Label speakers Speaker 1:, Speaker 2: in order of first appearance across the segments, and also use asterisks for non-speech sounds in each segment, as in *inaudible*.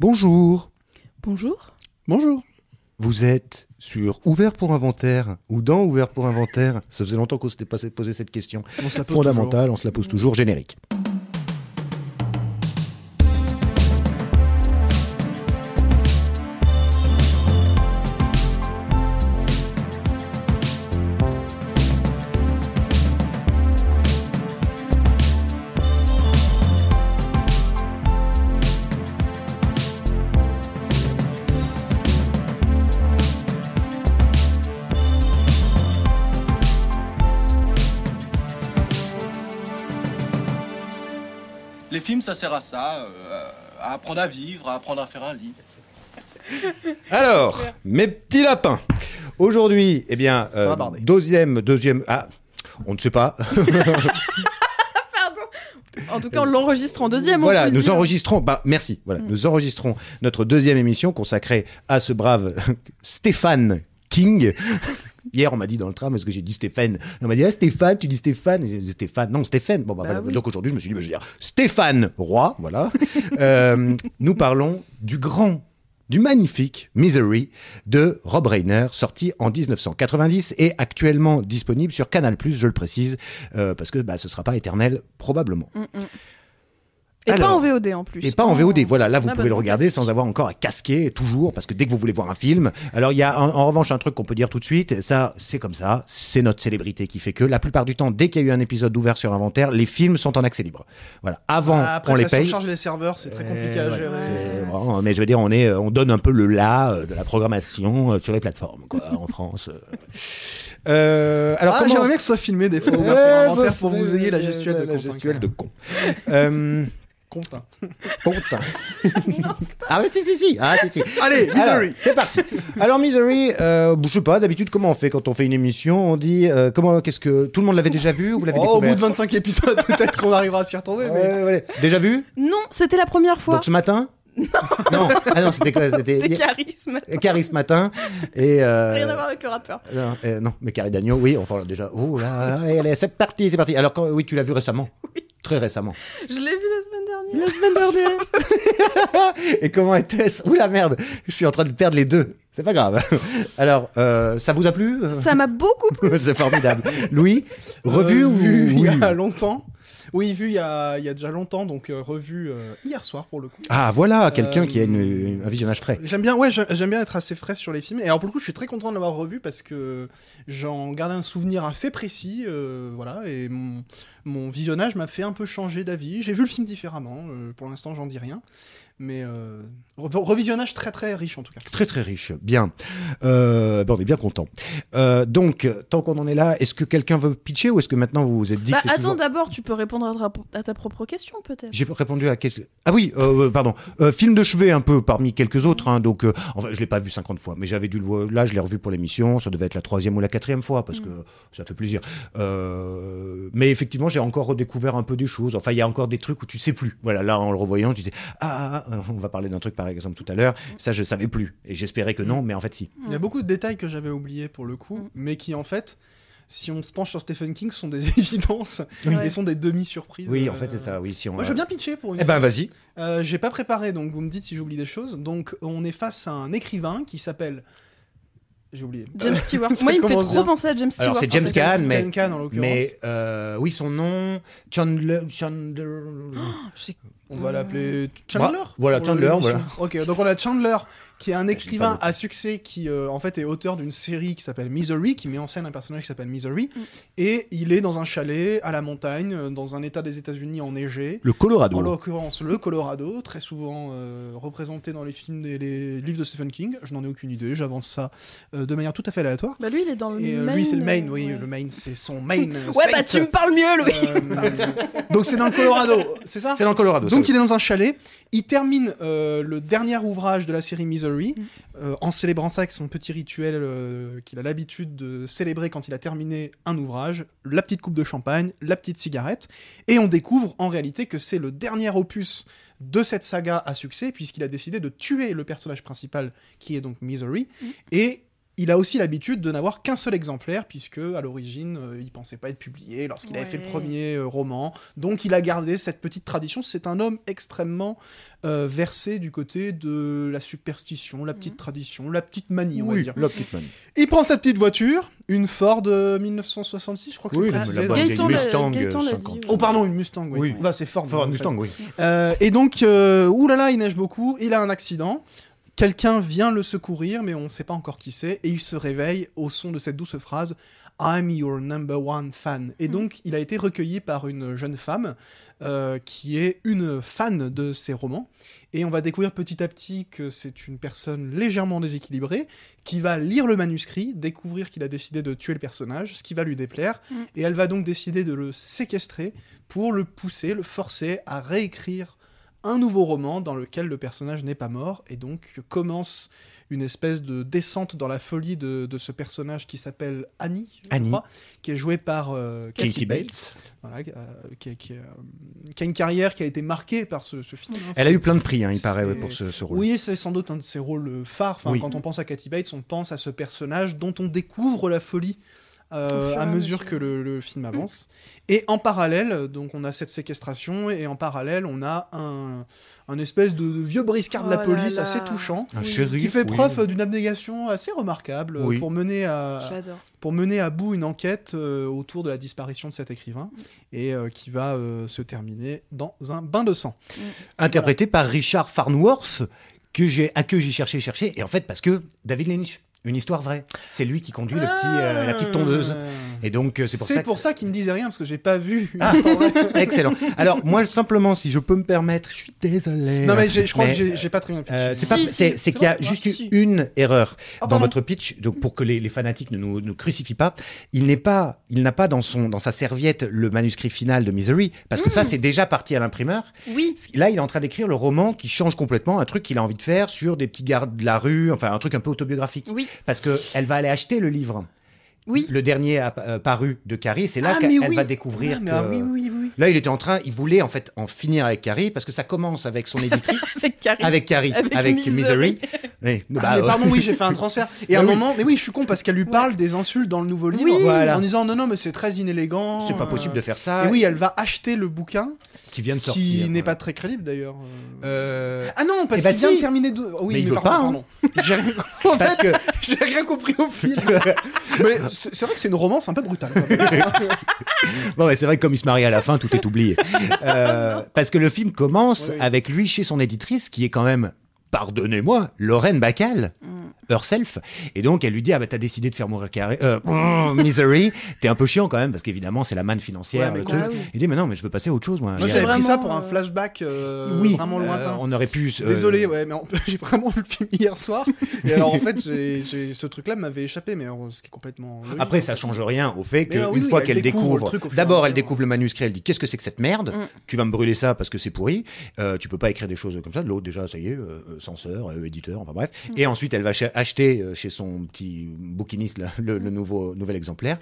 Speaker 1: Bonjour.
Speaker 2: Bonjour.
Speaker 1: Bonjour. Vous êtes sur Ouvert pour Inventaire ou dans Ouvert pour Inventaire Ça faisait longtemps qu'on s'était pas posé cette question
Speaker 3: On se la pose
Speaker 1: fondamentale, on se la pose toujours, générique.
Speaker 4: Les films, ça sert à ça, euh, à apprendre à vivre, à apprendre à faire un lit.
Speaker 1: Alors, mes petits lapins. Aujourd'hui, eh bien,
Speaker 3: va
Speaker 1: euh,
Speaker 3: barder.
Speaker 1: deuxième, deuxième. Ah, on ne sait pas.
Speaker 2: En tout cas, on l'enregistre en deuxième. on peut
Speaker 1: Euh, voilà,
Speaker 2: le
Speaker 1: nous
Speaker 2: dire. Mm.
Speaker 1: enregistrons. Bah, merci. Voilà, nous enregistrons notre deuxième émission consacrée à ce brave *laughs* Stéphane King. *laughs* Hier, on m'a dit dans le tram, est-ce que j'ai dit Stéphane On m'a dit, ah, Stéphane, tu dis Stéphane Et j'ai dit, Stéphane, non, Stéphane. Bon, bah,
Speaker 2: Bah
Speaker 1: voilà.
Speaker 2: oui.
Speaker 1: Donc aujourd'hui, je me suis dit, bah, je vais dire Stéphane Roy,
Speaker 2: *laughs*
Speaker 1: voilà. Euh, nous parlons du grand, du magnifique Misery de Rob Reiner, sorti en 1990 et actuellement disponible sur Canal+, je le précise, euh, parce que bah, ce sera pas éternel, probablement.
Speaker 2: Mm, mm. Et
Speaker 1: Alors-
Speaker 2: pas en VOD en plus.
Speaker 1: Et pas en VOD. Voilà, là, vous
Speaker 2: Ah,
Speaker 1: pouvez
Speaker 2: bah,
Speaker 1: le
Speaker 2: non,
Speaker 1: regarder
Speaker 2: classique.
Speaker 1: sans avoir encore à casquer, toujours, parce que dès que vous voulez voir un film. Alors, il y a en, en revanche un truc qu'on peut dire tout de suite. Ça, c'est comme ça. C'est notre célébrité qui fait que la plupart du temps, dès qu'il y a eu un épisode ouvert sur inventaire, les films sont en accès libre. Voilà. Avant,
Speaker 3: Ah, Après,
Speaker 1: on les
Speaker 3: ça
Speaker 1: paye.
Speaker 3: surcharge les serveurs, c'est très
Speaker 1: Euh,
Speaker 3: compliqué à
Speaker 1: voilà.
Speaker 3: gérer.
Speaker 1: C'est-
Speaker 2: Ouais,
Speaker 1: bon, mais je veux dire, on est, euh, on donne un peu le là euh, de la programmation euh, sur les plateformes,
Speaker 3: *laughs*
Speaker 1: quoi, en France. euh. Euh, alors,
Speaker 3: ah,
Speaker 1: comment *laughs*
Speaker 3: j'aimerais bien que ce soit filmé des fois au
Speaker 1: Ouais,
Speaker 3: Inventaire
Speaker 1: ça
Speaker 3: pour
Speaker 1: serait-
Speaker 3: vous ayez la gestuelle de hein.
Speaker 1: la
Speaker 3: Quentin.
Speaker 1: gestuelle de con. Euh,
Speaker 3: Quentin.
Speaker 2: *laughs*
Speaker 1: Contin. ah oui, si, si, si. Ah, si, si.
Speaker 3: Allez,
Speaker 1: Alors,
Speaker 3: Misery
Speaker 1: c'est parti. Alors Misery, euh, je sais pas, d'habitude comment on fait quand on fait une émission On dit euh, comment qu'est-ce que tout le monde l'avait déjà vu ou vous l'avez
Speaker 3: Oh, Au bout
Speaker 1: découvert
Speaker 3: de 25 épisodes, *laughs* peut-être qu'on arrivera à s'y retrouver. mais-
Speaker 1: Ouais, ouais, ouais. Déjà vu
Speaker 2: Non, c'était la première fois.
Speaker 1: Donc ce matin Non. Ah non, c'était quoi C'était
Speaker 2: C'était
Speaker 1: hier-
Speaker 2: charisme.
Speaker 1: Carrie ce matin et euh,
Speaker 2: Rien à voir avec le rappeur.
Speaker 1: non, euh, non, mais Carrie Dagno, oui, enfin déjà. Ouh là, allez, allez, c'est parti, c'est parti. Alors quand- oui, tu l'as vu récemment Très récemment.
Speaker 2: Je l'ai vu la semaine dernière.
Speaker 1: La semaine dernière. *laughs* Et comment était-ce Ouh la merde, je suis en train de perdre les deux. C'est pas grave. Alors, euh, ça vous a plu *laughs*
Speaker 2: Ça m'a beaucoup plu.
Speaker 1: C'est formidable. Louis,
Speaker 3: Euh,
Speaker 1: revu ou
Speaker 3: vu il y
Speaker 1: oui
Speaker 3: a longtemps. Oui, vu il y a, il y a déjà longtemps, donc euh, revu euh, hier soir pour le coup.
Speaker 1: Ah voilà, quelqu'un
Speaker 3: Euh,
Speaker 1: qui a une- un visionnage frais.
Speaker 3: J'aime bien, ouais, j'ai- j'aime bien être assez frais sur les films. Et alors pour le coup, je suis très content de l'avoir revu parce que j'en gardais un souvenir assez précis, euh, voilà. Et mon, mon visionnage m'a fait un peu changer d'avis. J'ai vu le film différemment. euh, pour l'instant, j'en dis rien, mais euh, re- revisionnage très très riche en tout cas.
Speaker 1: Très très riche, bien. Euh, ben, on est bien content. Euh, donc, tant qu'on en est là, est-ce que quelqu'un veut pitcher ou est-ce que maintenant vous vous êtes dit
Speaker 2: Bah,
Speaker 1: que c'est
Speaker 2: attends,
Speaker 1: toujours-
Speaker 2: d'abord, tu peux répondre à ta, à ta propre question peut-être.
Speaker 1: J'ai répondu à la question. Ah oui, euh, pardon. Euh, film de chevet un peu parmi quelques autres. hein, donc, euh, enfin, je l'ai pas vu 50 fois, mais j'avais dû le voir. Là, je l'ai revu pour l'émission. Ça devait être la troisième ou la quatrième fois parce
Speaker 3: Mm.
Speaker 1: que ça fait plaisir. Euh, mais effectivement, j'ai encore redécouvert un peu des choses. Enfin, il y a encore des trucs où tu sais plus. Voilà, là, en le revoyant, tu dis ah, ah, ah, on va parler d'un truc par exemple tout à l'heure.
Speaker 3: Mm.
Speaker 1: Ça, je savais plus et j'espérais que non, mais en fait, si.
Speaker 3: Il y a beaucoup de détails que j'avais oubliés pour le coup,
Speaker 2: Mm.
Speaker 3: mais qui en fait, si on se penche sur Stephen King, sont des *laughs* évidences
Speaker 2: Ouais.
Speaker 3: et sont des demi-surprises.
Speaker 1: Oui, en
Speaker 3: euh,
Speaker 1: fait, c'est ça. Oui, si on.
Speaker 3: Moi, je veux bien pitcher pour une
Speaker 1: Eh ben, vas-y.
Speaker 3: Euh, j'ai pas préparé, donc vous me dites si j'oublie des choses. Donc, on est face à un écrivain qui s'appelle. J'ai oublié.
Speaker 1: *laughs*
Speaker 2: James Stewart.
Speaker 3: Ça
Speaker 2: Moi, il me fait
Speaker 3: commence
Speaker 2: trop
Speaker 3: bien.
Speaker 2: penser à James Stewart.
Speaker 1: Alors, c'est
Speaker 2: en
Speaker 1: James
Speaker 2: fait.
Speaker 1: Caan,
Speaker 3: James
Speaker 1: mais-
Speaker 3: Caan, en l'occurrence.
Speaker 1: Mais euh, oui, son nom Chandler. Chandler...
Speaker 2: J'ai-
Speaker 3: On va l'appeler Chandler.
Speaker 1: Bah, voilà,
Speaker 3: pour
Speaker 1: Chandler,
Speaker 3: l'émission.
Speaker 1: voilà.
Speaker 3: Ok, donc on a Chandler, qui est un
Speaker 1: pas
Speaker 3: écrivain
Speaker 1: beaucoup.
Speaker 3: à succès, qui euh, en fait est auteur d'une série qui s'appelle Misery, qui met en scène un personnage qui s'appelle Misery,
Speaker 2: Mm.
Speaker 3: et il est dans un chalet à la montagne, euh, dans un état des États-Unis enneigé.
Speaker 1: Le Colorado.
Speaker 3: En l'occurrence, le Colorado, très souvent euh, représenté dans les films, des- les livres de Stephen King. Je n'en ai aucune idée, j'avance ça euh, de manière tout à fait aléatoire.
Speaker 2: Bah lui, il est dans le
Speaker 3: Et euh,
Speaker 2: Maine.
Speaker 3: lui, c'est le Maine,
Speaker 2: euh,
Speaker 3: oui,
Speaker 2: ouais.
Speaker 3: le Maine, c'est son Maine. euh,
Speaker 2: Ouais, bah tu
Speaker 3: state.
Speaker 2: me parles mieux, Louis.
Speaker 3: Euh, *laughs* donc c'est dans le Colorado, c'est ça
Speaker 1: C'est dans le Colorado. ça,
Speaker 3: donc il est dans un chalet, il termine euh, le dernier ouvrage de la série Misery
Speaker 2: Mm.
Speaker 3: euh, en célébrant ça avec son petit rituel euh, qu'il a l'habitude de célébrer quand il a terminé un ouvrage, la petite coupe de champagne, la petite cigarette, et on découvre en réalité que c'est le dernier opus de cette saga à succès puisqu'il a décidé de tuer le personnage principal qui est donc Misery
Speaker 2: Mm.
Speaker 3: et Il a aussi l'habitude de n'avoir qu'un seul exemplaire, puisque à l'origine, euh, il pensait pas être publié lorsqu'il avait fait le
Speaker 2: Ouais.
Speaker 3: premier euh, roman. Donc il a gardé cette petite tradition. C'est un homme extrêmement euh, versé du côté de la superstition, la petite
Speaker 2: Mhm.
Speaker 3: tradition, la petite manie, on va
Speaker 1: Oui,
Speaker 3: dire.
Speaker 1: la petite manie.
Speaker 3: Il prend sa petite voiture, une Ford euh, 1966, je crois que
Speaker 1: Oui,
Speaker 3: c'est
Speaker 1: la-
Speaker 3: précisé
Speaker 1: la
Speaker 3: dans-
Speaker 1: bonne vieille
Speaker 2: Gaëtan l'a-
Speaker 1: Mustang,
Speaker 2: Gaëtan l'a
Speaker 1: 50.
Speaker 2: dit, ouais.
Speaker 3: Oh pardon, une Mustang, oui.
Speaker 1: Oui.
Speaker 3: Bah, c'est Ford.
Speaker 1: Ford
Speaker 3: en fait.
Speaker 1: Mustang, oui.
Speaker 3: Euh, et donc, euh, oulala, il neige beaucoup, il a un accident, quelqu'un vient le secourir, mais on ne sait pas encore qui c'est, et il se réveille au son de cette douce phrase « I'm your number one fan ». Et donc, il a été recueilli par une jeune femme euh, qui est une fan de ses romans, et on va découvrir petit à petit que c'est une personne légèrement déséquilibrée, qui va lire le manuscrit, découvrir qu'il a décidé de tuer le personnage, ce qui va lui déplaire,
Speaker 2: Mm.
Speaker 3: et elle va donc décider de le séquestrer pour le pousser, le forcer à réécrire un nouveau roman dans lequel le personnage n'est pas mort, et donc commence une espèce de descente dans la folie de, de ce personnage qui s'appelle Annie, je
Speaker 1: Annie.
Speaker 3: crois, qui est jouée par euh,
Speaker 1: Katie
Speaker 3: Kathy
Speaker 1: Bates.
Speaker 3: voilà, euh, qui, qui, euh, qui a une carrière qui a été marquée par ce, ce film. hein,
Speaker 1: Elle a eu plein de prix, hein, il paraît,
Speaker 3: C'est-
Speaker 1: ouais, pour ce, ce rôle.
Speaker 3: oui, c'est sans doute un de ses rôles euh, phares. Enfin,
Speaker 1: Oui.
Speaker 3: Quand on pense à Cathy Bates, on pense à ce personnage dont on découvre la folie euh,
Speaker 2: Au fur et
Speaker 3: à
Speaker 2: à
Speaker 3: mesure
Speaker 2: mesure.
Speaker 3: que le, le film avance. Et en parallèle, donc on a cette séquestration et en parallèle, on a un, un espèce de, de vieux briscard de la
Speaker 2: Oh là
Speaker 3: police
Speaker 2: là.
Speaker 3: assez touchant.
Speaker 1: Un
Speaker 2: Oui.
Speaker 1: shérif.
Speaker 3: Qui fait
Speaker 1: oui.
Speaker 3: preuve d'une abnégation assez remarquable euh,
Speaker 1: Oui.
Speaker 3: pour, mener à,
Speaker 2: J'adore.
Speaker 3: pour mener à bout une enquête euh, autour de la disparition de cet écrivain et euh, qui va euh, se terminer dans un bain de sang.
Speaker 1: interprété par Richard Farnworth, que j'ai, à que j'ai cherché, cherché, et en fait parce que David Lynch, une histoire vraie, c'est lui qui conduit le petit, euh, la petite tondeuse.
Speaker 3: Ah.
Speaker 1: Et donc euh, c'est pour ça. que
Speaker 3: qu'ils me disaient rien parce que j'ai pas vu.
Speaker 1: Ah, *laughs* excellent. Alors moi simplement, si je peux me permettre, je suis désolé.
Speaker 3: non mais j'ai- je crois
Speaker 1: Mais,
Speaker 3: que j'ai- j'ai pas très bien pitché.
Speaker 1: euh, c'est
Speaker 2: Si,
Speaker 1: pas-
Speaker 2: si,
Speaker 1: c'est- c'est
Speaker 2: tu
Speaker 1: qu'il y a
Speaker 2: vois,
Speaker 1: juste
Speaker 2: si.
Speaker 1: une erreur
Speaker 3: Oh,
Speaker 1: dans
Speaker 3: pardon.
Speaker 1: votre pitch, donc pour que les, les fanatiques ne nous, nous crucifient pas, il n'est pas, il n'a pas dans son, dans sa serviette le manuscrit final de Misery, parce que ça
Speaker 3: Hmm.
Speaker 1: c'est déjà parti à l'imprimeur,
Speaker 2: Oui.
Speaker 1: Là, il est en train d'écrire le roman qui change complètement, un truc qu'il a envie de faire sur des petits gardes de la rue, enfin un truc un peu autobiographique.
Speaker 2: Oui.
Speaker 1: Parce que elle va aller acheter le livre,
Speaker 2: Oui.
Speaker 1: le dernier app- euh, paru de Carrie. C'est là
Speaker 3: Ah, mais
Speaker 1: qu'elle
Speaker 3: oui.
Speaker 1: va découvrir
Speaker 3: Ah, mais
Speaker 1: que-
Speaker 3: ah, oui, oui, oui, oui.
Speaker 1: Là, il était en train, il voulait en fait en finir avec Carrie parce que ça commence avec son
Speaker 3: *laughs*
Speaker 1: éditrice,
Speaker 2: *laughs* Avec Carrie.
Speaker 1: avec Carrie, avec,
Speaker 2: Avec
Speaker 1: Misery.
Speaker 2: Misery.
Speaker 1: Oui.
Speaker 3: Ah,
Speaker 1: Bah,
Speaker 3: mais
Speaker 1: euh,
Speaker 3: pardon,
Speaker 1: *laughs*
Speaker 3: oui, j'ai fait un transfert. Et à un
Speaker 1: Bah oui.
Speaker 3: moment, mais oui, je suis con parce qu'elle lui parle des insultes dans le nouveau livre,
Speaker 1: Oui. Voilà.
Speaker 3: en disant non, non, mais c'est très inélégant. euh,
Speaker 1: c'est pas possible de faire ça.
Speaker 3: Et oui, elle va acheter le bouquin,
Speaker 1: qui vient de
Speaker 3: ce
Speaker 1: sortir.
Speaker 3: qui n'est
Speaker 1: voilà.
Speaker 3: pas très crédible d'ailleurs.
Speaker 1: *laughs* Euh,
Speaker 3: Ah non, parce
Speaker 1: Eh ben
Speaker 3: qu'il vient
Speaker 1: si.
Speaker 3: de terminer. De... Oui,
Speaker 1: Mais il
Speaker 3: mais
Speaker 1: veut
Speaker 3: pardon,
Speaker 1: pas, hein.
Speaker 3: pardon. J'ai rien-
Speaker 1: *laughs* parce que
Speaker 3: J'ai rien compris au fil. *laughs* mais c'est c'est vrai que c'est une romance un peu brutale.
Speaker 1: *laughs*
Speaker 3: quand même.
Speaker 1: Bon, ouais, c'est vrai que comme il se marie à la fin, tout est
Speaker 3: *laughs*
Speaker 1: oublié. Euh, parce que le film commence
Speaker 3: Oui, oui.
Speaker 1: avec lui chez son éditrice, qui est quand même, pardonnez-moi, Lorraine Bacall,
Speaker 2: Mm.
Speaker 1: herself. Et donc, elle lui dit, ah bah t'as décidé de faire mourir Carré, euh, *laughs* brrr, Misery, t'es un peu chiant quand même, parce qu'évidemment, c'est la manne financière.
Speaker 3: Ouais, mais
Speaker 1: le
Speaker 3: quoi,
Speaker 1: truc.
Speaker 2: Ah oui.
Speaker 1: Il dit, mais non, mais je veux passer à autre chose, moi.
Speaker 3: Moi,
Speaker 1: Il y a-
Speaker 3: j'avais pris
Speaker 2: vraiment,
Speaker 3: ça pour un
Speaker 2: euh,
Speaker 3: flashback euh,
Speaker 1: oui,
Speaker 3: vraiment
Speaker 1: euh,
Speaker 3: lointain.
Speaker 1: on aurait pu... euh,
Speaker 3: Désolé, ouais, mais en- *laughs* j'ai vraiment vu le film hier soir. Et alors, en fait, j'ai- j'ai- ce truc-là m'avait échappé, mais alors, ce qui est complètement. logique.
Speaker 1: Après, ça change rien au fait
Speaker 3: Mais
Speaker 1: qu'une
Speaker 3: non, oui, oui,
Speaker 1: fois
Speaker 3: elle
Speaker 1: qu'elle
Speaker 3: découvre le
Speaker 1: découvre,
Speaker 3: truc au fur et à
Speaker 1: d'abord elle
Speaker 3: mesure.
Speaker 1: découvre le manuscrit, elle dit qu'est-ce que c'est que cette merde
Speaker 2: Mm.
Speaker 1: Tu vas me brûler ça parce que c'est pourri. Euh, tu peux pas écrire des choses comme ça. De L'autre déjà, ça y est, euh, euh, censeur, euh, éditeur, enfin bref.
Speaker 3: Mm.
Speaker 1: Et ensuite, elle va ch- acheter euh, chez son petit bouquiniste là, le, le nouveau nouvel exemplaire.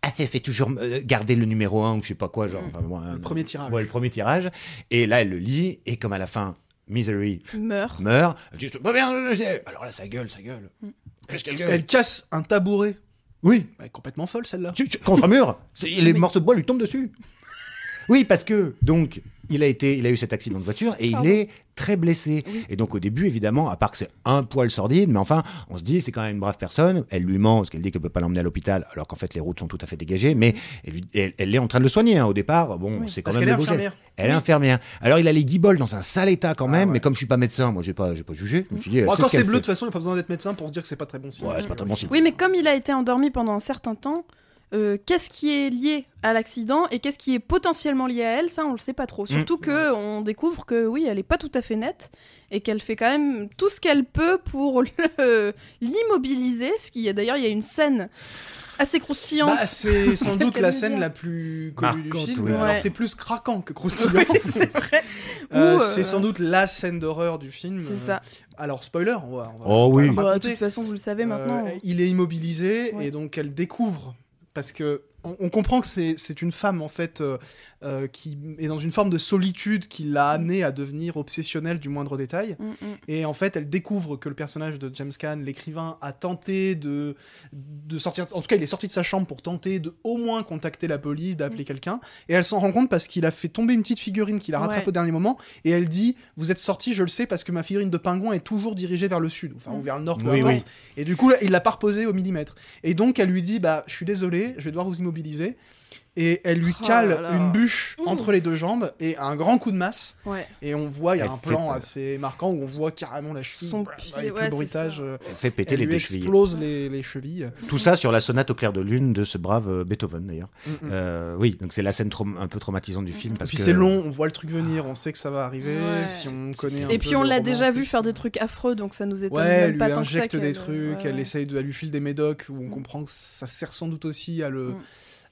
Speaker 1: Ah, fait, fait toujours euh, garder le numéro 1 ou je sais pas quoi, genre. enfin, bon, un-
Speaker 3: Mm. Le premier tirage.
Speaker 1: Ouais, le premier tirage. Et là, elle le lit et comme à la fin, Misery
Speaker 2: Meurt.
Speaker 1: meurt. Elle dit, Bah, merde, euh, euh, alors là, ça gueule, ça gueule. Qu'est-ce qu'elle gueule
Speaker 3: Mm. Elle casse un tabouret.
Speaker 1: Oui.
Speaker 3: Elle est complètement folle, celle-là.
Speaker 1: Tu- tu- contre un mur C'est- Les
Speaker 2: Mais-
Speaker 1: morceaux de bois lui tombent dessus. Oui, parce que donc il a été, il a eu cet accident de voiture et il
Speaker 2: Pardon.
Speaker 1: est très blessé. Et donc au début, évidemment, à part que c'est un poil sordide, mais enfin, on se dit c'est quand même une brave personne. Elle lui ment parce qu'elle dit qu'elle peut pas l'emmener à l'hôpital, alors qu'en fait les routes sont tout à fait dégagées. Mais elle, lui- elle- elle est en train de le soigner hein. au départ. Bon,
Speaker 2: Oui.
Speaker 1: c'est quand
Speaker 3: Parce
Speaker 1: même
Speaker 3: qu'elle est
Speaker 1: le beau geste.
Speaker 3: infirmière.
Speaker 1: Elle est infirmière. Alors il a les guiboles dans un sale état quand
Speaker 3: Ah
Speaker 1: même.
Speaker 3: ouais.
Speaker 1: Mais comme je suis pas médecin, moi j'ai pas, j'ai pas jugé. Je me suis dit,
Speaker 3: Bon,
Speaker 1: elle sait
Speaker 3: quand
Speaker 1: ce qu'elle
Speaker 3: c'est bleu, de
Speaker 1: fait.
Speaker 3: toute façon, il n'y a pas besoin d'être médecin pour se dire que c'est pas très bon signe.
Speaker 1: Ouais, c'est pas très bon signe.
Speaker 2: Oui, mais comme il a été endormi pendant un certain temps, euh, qu'est-ce qui est lié à l'accident et qu'est-ce qui est potentiellement lié à elle, ça on le sait pas
Speaker 3: Mm.
Speaker 2: trop. Surtout que on découvre que oui, elle est pas tout à fait nette et qu'elle fait quand même tout ce qu'elle peut pour le- *laughs* l'immobiliser. Ce qui est d'ailleurs, il y a une scène assez croustillante.
Speaker 3: Bah, c'est sans
Speaker 2: *laughs* C'est
Speaker 3: doute
Speaker 2: le
Speaker 3: la
Speaker 2: cas de
Speaker 3: scène
Speaker 2: dire.
Speaker 3: la plus connue du
Speaker 1: Marquante,
Speaker 3: film.
Speaker 1: oui.
Speaker 3: Alors,
Speaker 2: *laughs* Ouais.
Speaker 3: c'est plus craquant que croustillant.
Speaker 2: Oui, c'est vrai.
Speaker 3: Euh,
Speaker 2: Ou,
Speaker 3: c'est
Speaker 2: euh,
Speaker 3: sans doute la scène d'horreur du film. Euh,
Speaker 2: C'est ça.
Speaker 3: Alors, spoiler, on va. on
Speaker 1: Oh
Speaker 3: va- on va
Speaker 1: oui.
Speaker 3: le
Speaker 2: Bah, de
Speaker 3: raconter.
Speaker 2: toute façon, vous le savez
Speaker 3: Euh,
Speaker 2: maintenant.
Speaker 3: il est immobilisé
Speaker 2: Ouais.
Speaker 3: et donc elle découvre parce que on, on comprend que c'est c'est une femme en fait euh, euh, qui est dans une forme de solitude qui l'a amenée à devenir obsessionnelle du moindre détail.
Speaker 2: Mm, mm.
Speaker 3: Et en fait, elle découvre que le personnage de James Caan, l'écrivain, a tenté de, de sortir. En tout cas, il est sorti de sa chambre pour tenter de au moins contacter la police,
Speaker 2: Mm.
Speaker 3: d'appeler quelqu'un. Et elle s'en rend compte parce qu'il a fait tomber une petite figurine qu'il a rattrapée
Speaker 2: Ouais.
Speaker 3: au dernier moment. Et elle dit Vous êtes sorti, je le sais, parce que ma figurine de pingouin est toujours dirigée vers le sud, enfin, ou vers le nord, peu
Speaker 1: Oui,
Speaker 3: importe.
Speaker 1: oui.
Speaker 3: Et du coup, là, il l'a pas reposée au millimètre. Et donc, elle lui dit Bah, je suis désolé, je vais devoir vous immobiliser. Et elle lui
Speaker 2: Oh
Speaker 3: cale
Speaker 2: là là.
Speaker 3: une bûche entre les deux jambes et un grand coup de masse.
Speaker 2: Ouais.
Speaker 3: Et on voit, il y a
Speaker 1: Elle
Speaker 3: un
Speaker 1: fait
Speaker 3: plan
Speaker 1: peur.
Speaker 3: assez marquant où on voit carrément la cheville
Speaker 2: Son
Speaker 3: bah,
Speaker 2: pied,
Speaker 3: avec
Speaker 2: ouais,
Speaker 3: le
Speaker 2: c'est
Speaker 3: bruitage.
Speaker 2: ça.
Speaker 3: euh,
Speaker 1: Elle fait péter
Speaker 3: Elle
Speaker 1: les
Speaker 3: lui
Speaker 1: deux chevilles.
Speaker 3: explose les, les chevilles.
Speaker 1: Tout ça sur la sonate au clair de lune de ce brave euh, Beethoven d'ailleurs.
Speaker 3: Mm, mm.
Speaker 1: Euh, oui, donc c'est la scène traum- un peu traumatisante du film.
Speaker 3: Et
Speaker 1: Parce
Speaker 3: puis
Speaker 1: que-
Speaker 3: c'est long, on voit le truc venir, on sait que ça va arriver.
Speaker 2: Ouais.
Speaker 3: Si on connaît un
Speaker 2: Et
Speaker 3: peu
Speaker 2: puis on
Speaker 3: le
Speaker 2: l'a
Speaker 3: roman,
Speaker 2: déjà
Speaker 3: en
Speaker 2: vu
Speaker 3: plus,
Speaker 2: faire des trucs affreux, donc ça nous étonne
Speaker 3: Ouais, elle
Speaker 2: même
Speaker 3: lui
Speaker 2: pas tant que ça.
Speaker 3: injecte des
Speaker 2: qu'elle-
Speaker 3: trucs,
Speaker 2: ouais,
Speaker 3: elle
Speaker 2: ouais.
Speaker 3: essaye de, elle lui file des médocs où on
Speaker 2: Mm.
Speaker 3: comprend que ça sert sans doute aussi à le,
Speaker 2: Mm.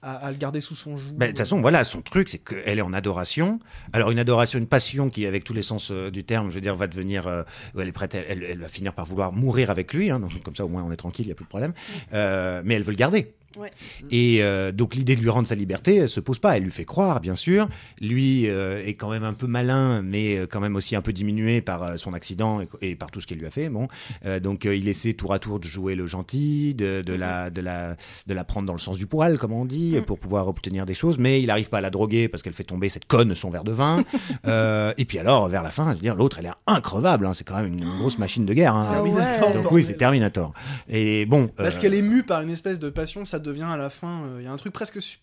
Speaker 3: à, à le garder sous son joug.
Speaker 1: Ben, De toute façon, voilà, son truc, c'est qu'elle est en adoration. Alors, une adoration, une passion qui, avec tous les sens euh, du terme, je veux dire, va devenir. euh, elle est prête, à- elle, elle va finir par vouloir mourir avec lui. hein, donc, comme ça, au moins, on est tranquille, il n'y a plus de problème.
Speaker 3: Mm.
Speaker 1: Euh, mais elle veut le garder.
Speaker 2: Ouais.
Speaker 1: Et euh, donc, l'idée de lui rendre sa liberté, elle se pose pas. Elle lui fait croire, bien sûr. Lui euh, est quand même un peu malin, mais euh, quand même aussi un peu diminué par euh, son accident et, et par tout ce qu'elle lui a fait. Bon, Euh, donc, euh, il essaie tour à tour de jouer le gentil, de,
Speaker 2: Mhm.
Speaker 1: de la, de la, de la prendre dans le sens du poil, comme on dit,
Speaker 2: Mm.
Speaker 1: pour pouvoir obtenir des choses, mais il n'arrive pas à la droguer parce qu'elle fait tomber cette conne son verre de
Speaker 2: *laughs*
Speaker 1: vin. Euh, et puis alors, vers la fin, je veux dire, l'autre, elle est increvable, hein, c'est quand même une grosse machine de guerre. hein.
Speaker 2: Oh. Ah ouais.
Speaker 1: Donc oui, c'est Terminator. Et bon,
Speaker 3: Parce
Speaker 1: euh,
Speaker 3: qu'elle est mue par une espèce de passion, ça devient à la fin. euh, Il y a un truc presque su-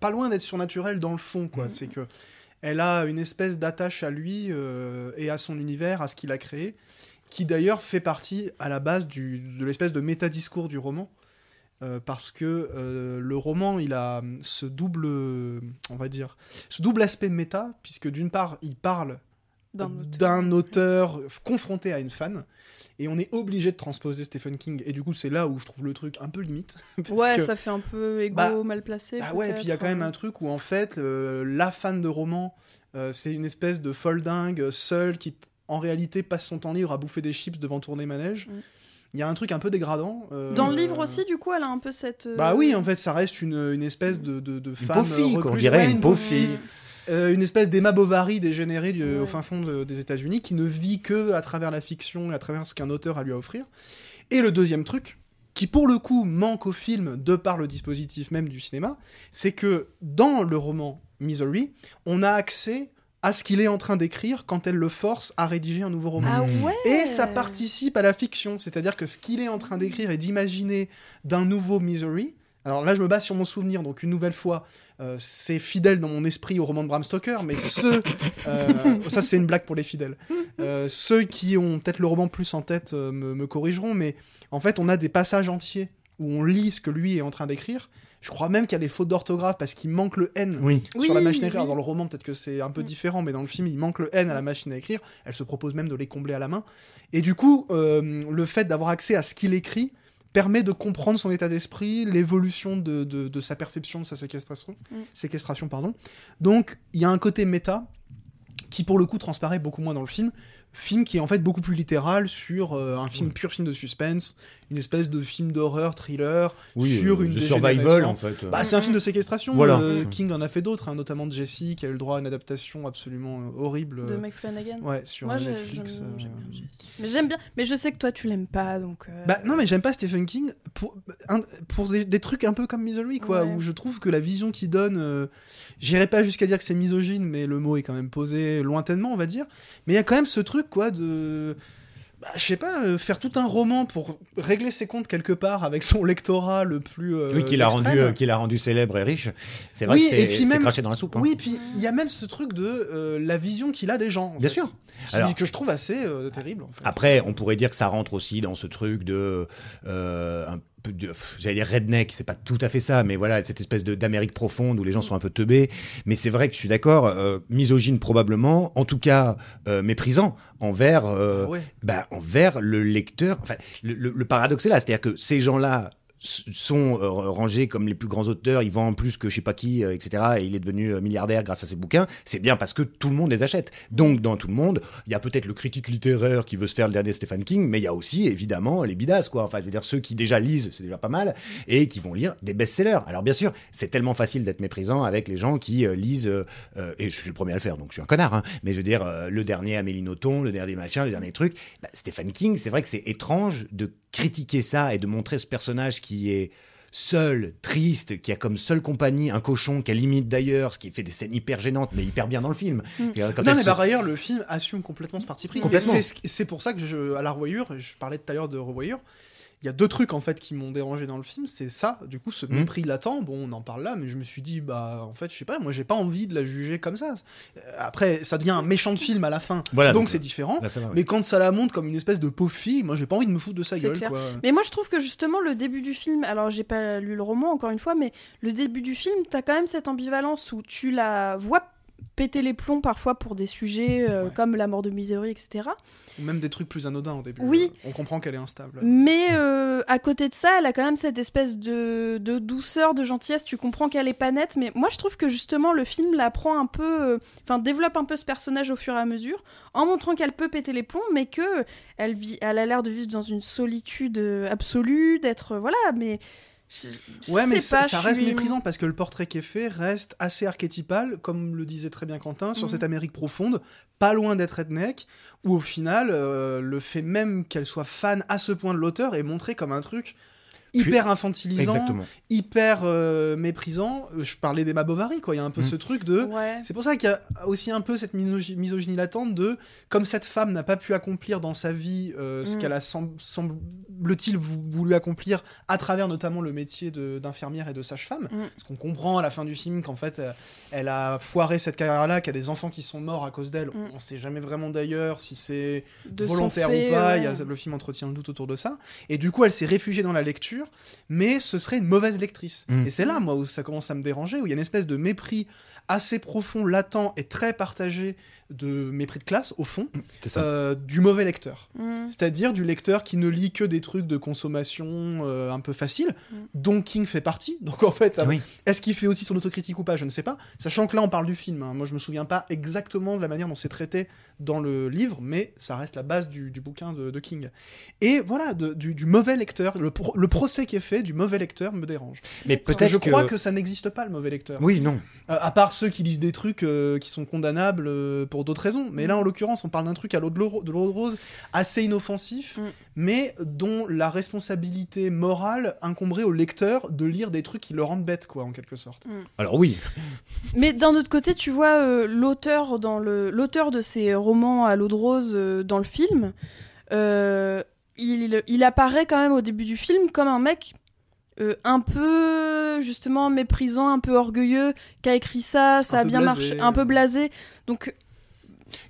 Speaker 3: pas loin d'être surnaturel dans le fond, quoi. C'est que elle a une espèce d'attache à lui euh, et à son univers, à ce qu'il a créé, qui d'ailleurs fait partie à la base du- de l'espèce de métadiscours du roman. Euh, parce que euh, le roman, il a hum, ce double, euh, on va dire, ce double aspect méta, puisque d'une part, il parle
Speaker 2: D'un autre.
Speaker 3: Euh, d'un auteur confronté à une fan. Et on est obligé de transposer Stephen King. Et du coup, c'est là où je trouve le truc un peu limite. *laughs* parce
Speaker 2: Ouais,
Speaker 3: que-
Speaker 2: ça fait un peu égo,
Speaker 3: Bah,
Speaker 2: mal placé.
Speaker 3: Ah ouais, et puis il y a
Speaker 2: peut-être,
Speaker 3: quand même
Speaker 2: hein.
Speaker 3: un truc où en fait, euh, la fan de roman, euh, c'est une espèce de folle dingue, seule, qui en réalité passe son temps libre à bouffer des chips devant tourner manège.
Speaker 2: Mm.
Speaker 3: Il y a un truc un peu dégradant. euh,
Speaker 2: Dans le livre aussi, du coup, elle a un peu cette. euh,
Speaker 3: Bah oui, en fait, ça reste une, une espèce de, de, de
Speaker 1: une
Speaker 3: femme.
Speaker 1: pauvre fille,
Speaker 3: euh,
Speaker 1: quoi, on
Speaker 3: recluse.
Speaker 1: dirait
Speaker 3: Ouais,
Speaker 1: une
Speaker 3: une
Speaker 1: pauvre
Speaker 2: pauvre-
Speaker 1: fille.
Speaker 3: euh, une espèce d'Emma Bovary dégénérée du-
Speaker 2: Ouais.
Speaker 3: au fin fond de- des États-Unis qui ne vit que à travers la fiction et à travers ce qu'un auteur a lui à offrir. Et le deuxième truc, qui pour le coup manque au film de par le dispositif même du cinéma, c'est que dans le roman Misery, on a accès à ce qu'il est en train d'écrire quand elle le force à rédiger un nouveau roman.
Speaker 2: Ah ouais.
Speaker 3: Et ça participe à la fiction, c'est-à-dire que ce qu'il est en train d'écrire et d'imaginer d'un nouveau Misery, alors là je me base sur mon souvenir, donc une nouvelle fois, euh, c'est fidèle dans mon esprit au roman de Bram Stoker, mais ceux, euh, ça c'est une blague pour les fidèles, Euh, ceux qui ont peut-être le roman plus en tête euh, me, me corrigeront, mais en fait on a des passages entiers où on lit ce que lui est en train d'écrire, je crois même qu'il y a des fautes d'orthographe parce qu'il manque le N
Speaker 1: euh, Oui.
Speaker 3: sur la
Speaker 2: Oui,
Speaker 3: machine à écrire.
Speaker 2: oui.
Speaker 3: Dans le roman, peut-être que c'est un peu
Speaker 2: Mm.
Speaker 3: différent, mais dans le film, il manque le N à la machine à écrire. Elle se propose même de les combler à la main. Et du coup, euh, le fait d'avoir accès à ce qu'il écrit permet de comprendre son état d'esprit, l'évolution de, de- de sa perception de sa séquestration.
Speaker 2: Mm.
Speaker 3: séquestration pardon. Donc, il y a un côté méta qui, pour le coup, transparaît beaucoup moins dans le film. Film qui est en fait beaucoup plus littéral sur euh, un film pur film de suspense, une espèce de film d'horreur, thriller, sur
Speaker 1: euh,
Speaker 3: une
Speaker 1: The survival,
Speaker 3: dégénérescence.
Speaker 1: en fait.
Speaker 3: Bah, c'est un film de séquestration.
Speaker 1: Voilà.
Speaker 3: euh,
Speaker 1: Mm.
Speaker 3: King en a fait d'autres, hein, notamment Jessie, qui a eu le droit à une adaptation absolument euh, horrible.
Speaker 2: De
Speaker 3: euh,
Speaker 2: McFlanagan.
Speaker 3: Ouais, sur
Speaker 2: Moi, j'ai-
Speaker 3: Netflix.
Speaker 2: j'aime-
Speaker 3: euh,
Speaker 2: j'aime bien Jessie. Mais j'aime bien. Mais je sais que toi, tu l'aimes pas, donc. euh,
Speaker 3: Bah non mais j'aime pas Stephen King pour, un- pour des, des trucs un peu comme Misery quoi
Speaker 2: Ouais.
Speaker 3: où je trouve que la vision qu'il donne euh, j'irai pas jusqu'à dire que c'est misogyne mais le mot est quand même posé lointainement on va dire mais il y a quand même ce truc quoi de bah, je sais pas euh, faire tout un roman pour régler ses comptes quelque part avec son *laughs* lectorat le plus euh,
Speaker 1: oui, qui l'a rendu,
Speaker 3: extrême.
Speaker 1: euh, qui l'a rendu célèbre et riche. C'est vrai
Speaker 3: Oui,
Speaker 1: que
Speaker 3: et
Speaker 1: c'est
Speaker 3: puis
Speaker 1: c'est
Speaker 3: même-
Speaker 1: craché dans la soupe. hein.
Speaker 3: Oui, puis il y a même ce truc de euh, la vision qu'il a des gens. en
Speaker 1: Bien
Speaker 3: fait,
Speaker 1: sûr.
Speaker 3: qui-
Speaker 1: Alors-
Speaker 3: que je trouve assez euh, terrible. En fait.
Speaker 1: Après, on pourrait dire que ça rentre aussi dans ce truc de. euh, un peu de- pff, J'allais dire redneck, c'est pas tout à fait ça, mais voilà, cette espèce de- d'Amérique profonde où les gens sont un peu teubés. Mais c'est vrai que je suis d'accord, euh, misogyne probablement, en tout cas euh, méprisant envers, euh,
Speaker 3: Ah ouais.
Speaker 1: bah, envers le lecteur. Enfin, le, le- le paradoxe est là, c'est-à-dire que ces gens-là s- sont euh, rangés comme les plus grands auteurs, il vend plus que je sais pas qui, euh, etc. Et il est devenu euh, milliardaire grâce à ses bouquins, c'est bien parce que tout le monde les achète. Donc dans tout le monde, il y a peut-être le critique littéraire qui veut se faire le dernier Stephen King, mais il y a aussi évidemment les bidasses, quoi. Enfin, je veux dire, ceux qui déjà lisent, c'est déjà pas mal, et qui vont lire des best-sellers. Alors bien sûr, c'est tellement facile d'être méprisant avec les gens qui euh, lisent, euh, euh, et je suis le premier à le faire, donc je suis un connard, hein, mais je veux dire, euh, le dernier Amélie Nothomb, le dernier machin, le dernier truc, bah, Stephen King, c'est vrai que c'est étrange de critiquer ça et de montrer ce personnage qui est seul, triste, qui a comme seule compagnie un cochon qu'elle imite d'ailleurs, ce qui fait des scènes hyper gênantes, mais hyper bien dans le film.
Speaker 2: Mm.
Speaker 1: Et, euh, quand
Speaker 3: non,
Speaker 1: elle
Speaker 3: mais bah,
Speaker 1: se-
Speaker 3: par ailleurs, le film assume complètement ce parti pris.
Speaker 1: Complètement.
Speaker 3: C'est ce qui- C'est pour ça que, je, à la revoyure, je parlais tout à l'heure de revoyure, il y a deux trucs en fait qui m'ont dérangé dans le film. C'est ça, du coup, ce
Speaker 1: Mhm.
Speaker 3: mépris latent. Bon, on en parle là, mais je me suis dit, bah, en fait, je sais pas, moi, j'ai pas envie de la juger comme ça. Euh, Après, ça devient un méchant de film à la fin.
Speaker 1: Voilà,
Speaker 3: donc
Speaker 1: Ah, donc,
Speaker 3: c'est différent.
Speaker 1: Là, ça va, ouais.
Speaker 3: Mais quand ça la montre comme une espèce de pauvre fille, moi, j'ai pas envie de me foutre de sa
Speaker 2: C'est
Speaker 3: gueule,
Speaker 2: clair.
Speaker 3: quoi.
Speaker 2: Mais moi, je trouve que justement, le début du film, alors j'ai pas lu le roman encore une fois, mais le début du film, t'as quand même cette ambivalence où tu la vois péter les plombs parfois pour des sujets euh,
Speaker 3: Ouais.
Speaker 2: comme la mort de Misery, etc.
Speaker 3: Ou même des trucs plus anodins au début.
Speaker 2: Oui.
Speaker 3: On comprend qu'elle est instable.
Speaker 2: Mais euh, à côté de ça, elle a quand même cette espèce de, de douceur, de gentillesse. Tu comprends qu'elle est pas nette, mais moi je trouve que justement le film la prend un peu, euh, enfin développe un peu ce personnage au fur et à mesure, en montrant qu'elle peut péter les plombs, mais que elle vit, elle a l'air de vivre dans une solitude euh, absolue, d'être euh, voilà, mais je- je
Speaker 3: Ouais, mais
Speaker 2: sais
Speaker 3: ça,
Speaker 2: pas,
Speaker 3: ça
Speaker 2: je
Speaker 3: reste
Speaker 2: suis-
Speaker 3: méprisant parce que le portrait qui est fait reste assez archétypal, comme le disait très bien Quentin, sur
Speaker 2: Mhm.
Speaker 3: cette Amérique profonde, pas loin d'être redneck, où au final, euh, le fait même qu'elle soit fan à ce point de l'auteur est montré comme un truc
Speaker 1: Puis-
Speaker 3: hyper infantilisant,
Speaker 1: Exactement.
Speaker 3: hyper euh, méprisant. Euh, Je parlais d'Emma Bovary, quoi. Il y a un peu
Speaker 1: Mhm.
Speaker 3: ce truc de.
Speaker 2: Ouais.
Speaker 3: C'est pour ça qu'il y a aussi un peu cette misogy- misogynie latente de comme cette femme n'a pas pu accomplir dans sa vie euh, ce
Speaker 2: Mm.
Speaker 3: qu'elle a sem- semble-t-il vou- voulu accomplir à travers notamment le métier de- d'infirmière et de sage-femme.
Speaker 2: Mm.
Speaker 3: Parce qu'on comprend à la fin du film qu'en fait euh, elle a foiré cette carrière-là, qu'il y a des enfants qui sont morts à cause d'elle.
Speaker 2: Mm.
Speaker 3: On sait jamais vraiment d'ailleurs si c'est
Speaker 2: De son
Speaker 3: volontaire
Speaker 2: fait, euh,
Speaker 3: ou pas,
Speaker 2: ouais.
Speaker 3: il y a- le film entretient le doute autour de ça. Et du coup, elle s'est réfugiée dans la lecture, mais ce serait une mauvaise lectrice.
Speaker 1: Mm.
Speaker 3: Et c'est là, moi, où ça commence à me déranger, où il y a une espèce de mépris assez profond, latent et très partagé de mépris de classe, au fond,
Speaker 1: C'est ça.
Speaker 3: euh, du mauvais lecteur.
Speaker 2: Mm.
Speaker 3: C'est-à-dire du lecteur qui ne lit que des trucs de consommation euh, un peu facile,
Speaker 2: Mm.
Speaker 3: dont King fait partie. Donc en fait, ça-
Speaker 1: Oui.
Speaker 3: est-ce qu'il fait aussi son autocritique ou pas Je ne sais pas. Sachant que là, on parle du film. hein. Moi, je me souviens pas exactement de la manière dont c'est traité dans le livre, mais ça reste la base du, du bouquin de, de King. Et voilà, de- du, du mauvais lecteur, le, pro- le procès qui est fait du mauvais lecteur me dérange.
Speaker 1: Mais
Speaker 3: Parce que
Speaker 1: peut-être
Speaker 3: je crois que ça n'existe pas, le mauvais lecteur.
Speaker 1: Oui, non.
Speaker 3: Euh, à part ceux qui lisent des trucs euh, qui sont condamnables euh, pour d'autres raisons.
Speaker 2: Mm.
Speaker 3: Mais là, en l'occurrence, on parle d'un truc à l'eau de l'eau de l'eau de rose, assez inoffensif,
Speaker 2: Mm.
Speaker 3: mais dont la responsabilité morale incomberait au lecteur de lire des trucs qui le rendent bête, quoi, en quelque sorte.
Speaker 1: Alors oui,
Speaker 2: Mais d'un autre côté, tu vois euh, l'auteur dans le l'auteur de ces romans à l'eau de rose euh, dans le film, euh, il, il apparaît quand même au début du film comme un mec euh, un peu justement méprisant, un peu orgueilleux, qui a écrit ça, ça
Speaker 3: Un
Speaker 2: a
Speaker 3: peu
Speaker 2: bien
Speaker 3: blasé.
Speaker 2: marché, un peu blasé. Donc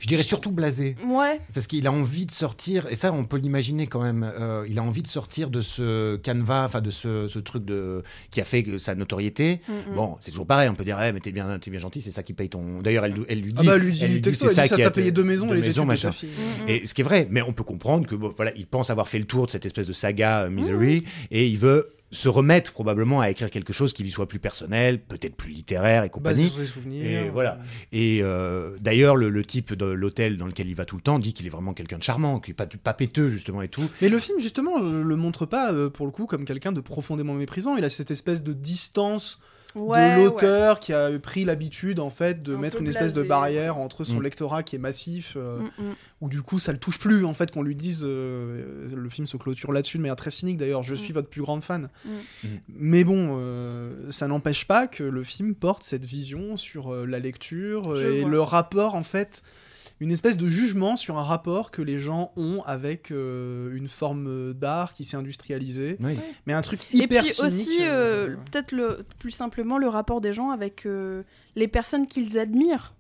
Speaker 5: Je dirais surtout blasé.
Speaker 2: ouais,
Speaker 5: Parce qu'il a envie de sortir, et ça on peut l'imaginer quand même, euh, il a envie de sortir de ce canevas, enfin de ce, ce truc de, qui a fait que sa notoriété.
Speaker 2: Mm, mm.
Speaker 5: Bon, c'est toujours pareil, on peut dire, Eh, mais t'es bien, t'es bien gentil, c'est ça qui paye ton. D'ailleurs, elle, elle lui dit.
Speaker 3: Ah bah, elle lui dit,
Speaker 5: elle lui dit,
Speaker 3: texto,
Speaker 5: c'est
Speaker 3: elle
Speaker 5: ça
Speaker 3: dit, ça
Speaker 5: qui a
Speaker 3: t'a
Speaker 5: été-
Speaker 3: payé deux maisons
Speaker 5: deux
Speaker 3: et les
Speaker 5: maisons,
Speaker 3: études de
Speaker 5: machin.
Speaker 3: ta fille.
Speaker 2: Mm, mm.
Speaker 1: et ce qui est vrai, mais on peut comprendre que bon, voilà, il pense avoir fait le tour de cette espèce de saga euh, Misery et il veut se remettre probablement à écrire quelque chose qui lui soit plus personnel, peut-être plus littéraire et
Speaker 3: Basé
Speaker 1: compagnie.
Speaker 3: sur ses souvenirs.
Speaker 1: Et voilà. Et euh, d'ailleurs, le, le type de l'hôtel dans lequel il va tout le temps dit qu'il est vraiment quelqu'un de charmant, qu'il est pas, pas péteux justement et tout.
Speaker 3: Mais le film, justement, euh, le montre pas, euh, pour le coup, comme quelqu'un de profondément méprisant. Il a cette espèce de distance
Speaker 2: Ouais,
Speaker 3: de
Speaker 2: ouais.
Speaker 3: l'auteur qui a pris l'habitude, en fait, de
Speaker 2: Un
Speaker 3: mettre
Speaker 2: peu
Speaker 3: une espèce de
Speaker 2: blasé.
Speaker 3: barrière entre son
Speaker 1: Mm.
Speaker 3: lectorat qui est massif, euh,
Speaker 2: Mm, mm.
Speaker 3: où du coup, ça le touche plus, en fait, qu'on lui dise. euh, le film se clôture là-dessus de manière très cynique, d'ailleurs. Je suis
Speaker 2: Mm.
Speaker 3: votre plus grande fan.
Speaker 2: Mm.
Speaker 1: Mm.
Speaker 3: Mais bon, euh, ça n'empêche pas que le film porte cette vision sur euh, la lecture euh,
Speaker 2: Je
Speaker 3: et
Speaker 2: vois.
Speaker 3: le rapport, en fait. Une espèce de jugement sur un rapport que les gens ont avec euh, une forme d'art qui s'est industrialisée,
Speaker 1: Oui.
Speaker 3: mais un truc
Speaker 2: Et
Speaker 3: hyper
Speaker 2: puis
Speaker 3: cynique.
Speaker 2: aussi,
Speaker 3: euh,
Speaker 2: euh, peut-être le, plus simplement le rapport des gens avec euh, les personnes qu'ils admirent.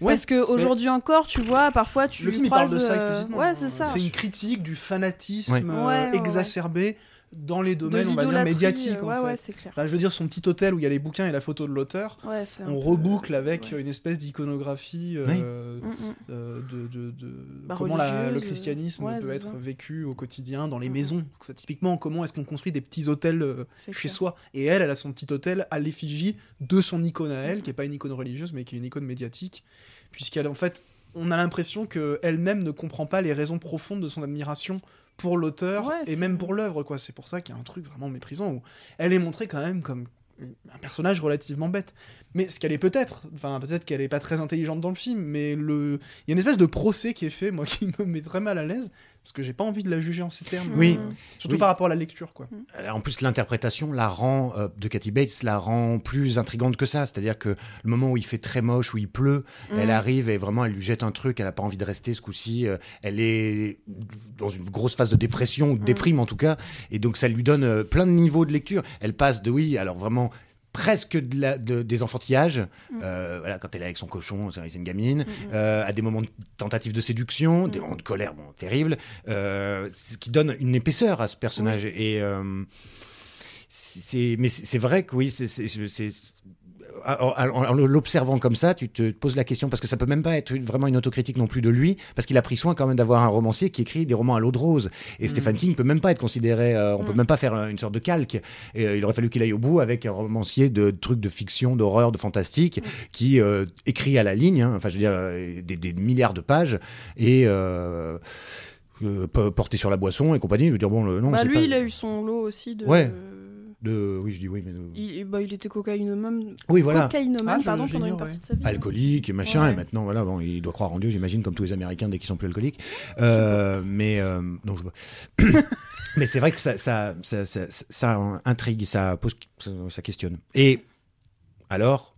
Speaker 3: Ouais.
Speaker 2: Parce qu'aujourd'hui encore, tu vois, parfois tu
Speaker 3: le film il
Speaker 2: croises.
Speaker 3: parle de ça
Speaker 2: euh,
Speaker 3: explicitement.
Speaker 2: Ouais, c'est ça.
Speaker 3: C'est une critique du fanatisme
Speaker 1: Ouais.
Speaker 3: euh,
Speaker 2: Ouais, ouais, ouais.
Speaker 3: exacerbé dans les
Speaker 2: de
Speaker 3: domaines, on va dire,
Speaker 2: l'idolâtrie,
Speaker 3: médiatiques.
Speaker 2: euh,
Speaker 3: en
Speaker 2: ouais,
Speaker 3: fait.
Speaker 2: ouais, c'est clair.
Speaker 3: Enfin, je veux dire, son petit hôtel où il y a les bouquins et la photo de l'auteur,
Speaker 2: Ouais, c'est un
Speaker 3: on
Speaker 2: peu- euh,
Speaker 3: reboucle avec euh,
Speaker 2: ouais.
Speaker 3: une espèce d'iconographie
Speaker 6: Oui.
Speaker 3: euh,
Speaker 2: Mm, mm.
Speaker 3: euh, de, de- de-
Speaker 2: Bah,
Speaker 3: comment la- le
Speaker 2: religieuse, euh,
Speaker 3: christianisme
Speaker 2: ouais,
Speaker 3: peut
Speaker 2: c'est
Speaker 3: être
Speaker 2: ça.
Speaker 3: vécu au quotidien dans les
Speaker 2: Mhm.
Speaker 3: maisons. Enfin, typiquement, comment est-ce qu'on construit des petits hôtels euh,
Speaker 2: C'est
Speaker 3: chez
Speaker 2: clair.
Speaker 3: soi Et elle, elle a son petit hôtel à l'effigie de son icône à elle, qui n'est pas une icône religieuse, mais qui est une icône médiatique, puisqu'elle, en fait, on a l'impression qu'elle-même ne comprend pas les raisons profondes de son admiration pour l'auteur
Speaker 2: Ouais,
Speaker 3: et
Speaker 2: c'est-
Speaker 3: même pour l'œuvre, quoi. C'est pour ça qu'il y a un truc vraiment méprisant où elle est montrée quand même comme un personnage relativement bête. Mais ce qu'elle est peut-être, enfin peut-être qu'elle est pas très intelligente dans le film, mais le... il y a une espèce de procès qui est fait, moi, *laughs* qui me met très mal à l'aise, parce que j'ai pas envie de la juger en ces termes.
Speaker 6: Oui.
Speaker 3: euh, surtout
Speaker 6: Oui.
Speaker 3: par rapport à la lecture, quoi.
Speaker 1: Alors, Euh, En plus, l'interprétation la rend euh, de Cathy Bates la rend plus intrigante que ça. C'est-à-dire que le moment où il fait très moche, où il pleut,
Speaker 2: Mm.
Speaker 1: elle arrive et vraiment elle lui jette un truc. Elle n'a pas envie de rester ce coup-ci. euh, elle est dans une grosse phase de dépression ou de
Speaker 2: Mm.
Speaker 1: déprime en tout cas. Et donc ça lui donne euh, plein de niveaux de lecture. Elle passe de oui, alors vraiment presque de la- de- des enfantillages,
Speaker 2: Mm.
Speaker 1: euh, voilà, quand elle est avec son cochon, c'est c'est une gamine,
Speaker 2: Mm, mm.
Speaker 1: euh, à des moments de tentative de séduction, des
Speaker 2: Mm.
Speaker 1: moments de colère bon, terribles, euh, ce qui donne une épaisseur à ce personnage. Et, euh, c'est, mais c'est c'est vrai que oui, c'est, c'est- c'est- c'est- en, en- en l'observant comme ça, tu te poses la question, parce que ça peut même pas être une- vraiment une autocritique non plus de lui, parce qu'il a pris soin quand même d'avoir un romancier qui écrit des romans à l'eau de rose. Et
Speaker 3: Mm.
Speaker 1: Stephen King peut même pas être considéré, euh, on peut
Speaker 2: Mm.
Speaker 1: même pas faire euh, une sorte de calque. Et, euh, il aurait fallu qu'il aille au bout avec un romancier de, trucs de fiction, d'horreur, de fantastique, qui euh, écrit à la ligne, hein, enfin je veux dire, euh, des, des milliards de pages, et euh, euh, po- porté sur la boisson et compagnie, je veux dire, bon, le, non,
Speaker 2: Bah,
Speaker 1: c'est
Speaker 2: lui,
Speaker 1: pas-
Speaker 2: il a eu son lot aussi de.
Speaker 1: Ouais. de... Oui, je dis oui, mais... de-
Speaker 2: Il, bah, il était cocaïnomane,
Speaker 1: Oui, voilà.
Speaker 2: cocaïnomane
Speaker 3: Ah, je-
Speaker 2: pardon,
Speaker 3: je
Speaker 2: pendant une
Speaker 3: l'ignore,
Speaker 2: partie
Speaker 3: ouais.
Speaker 2: de sa vie.
Speaker 1: alcoolique et machin
Speaker 2: Ouais.
Speaker 1: et maintenant voilà bon il doit croire en Dieu j'imagine comme tous les Américains dès qu'ils sont plus alcooliques Euh, mais euh, non je *coughs* mais c'est vrai que ça ça, ça, ça- ça intrigue ça pose ça, ça questionne et alors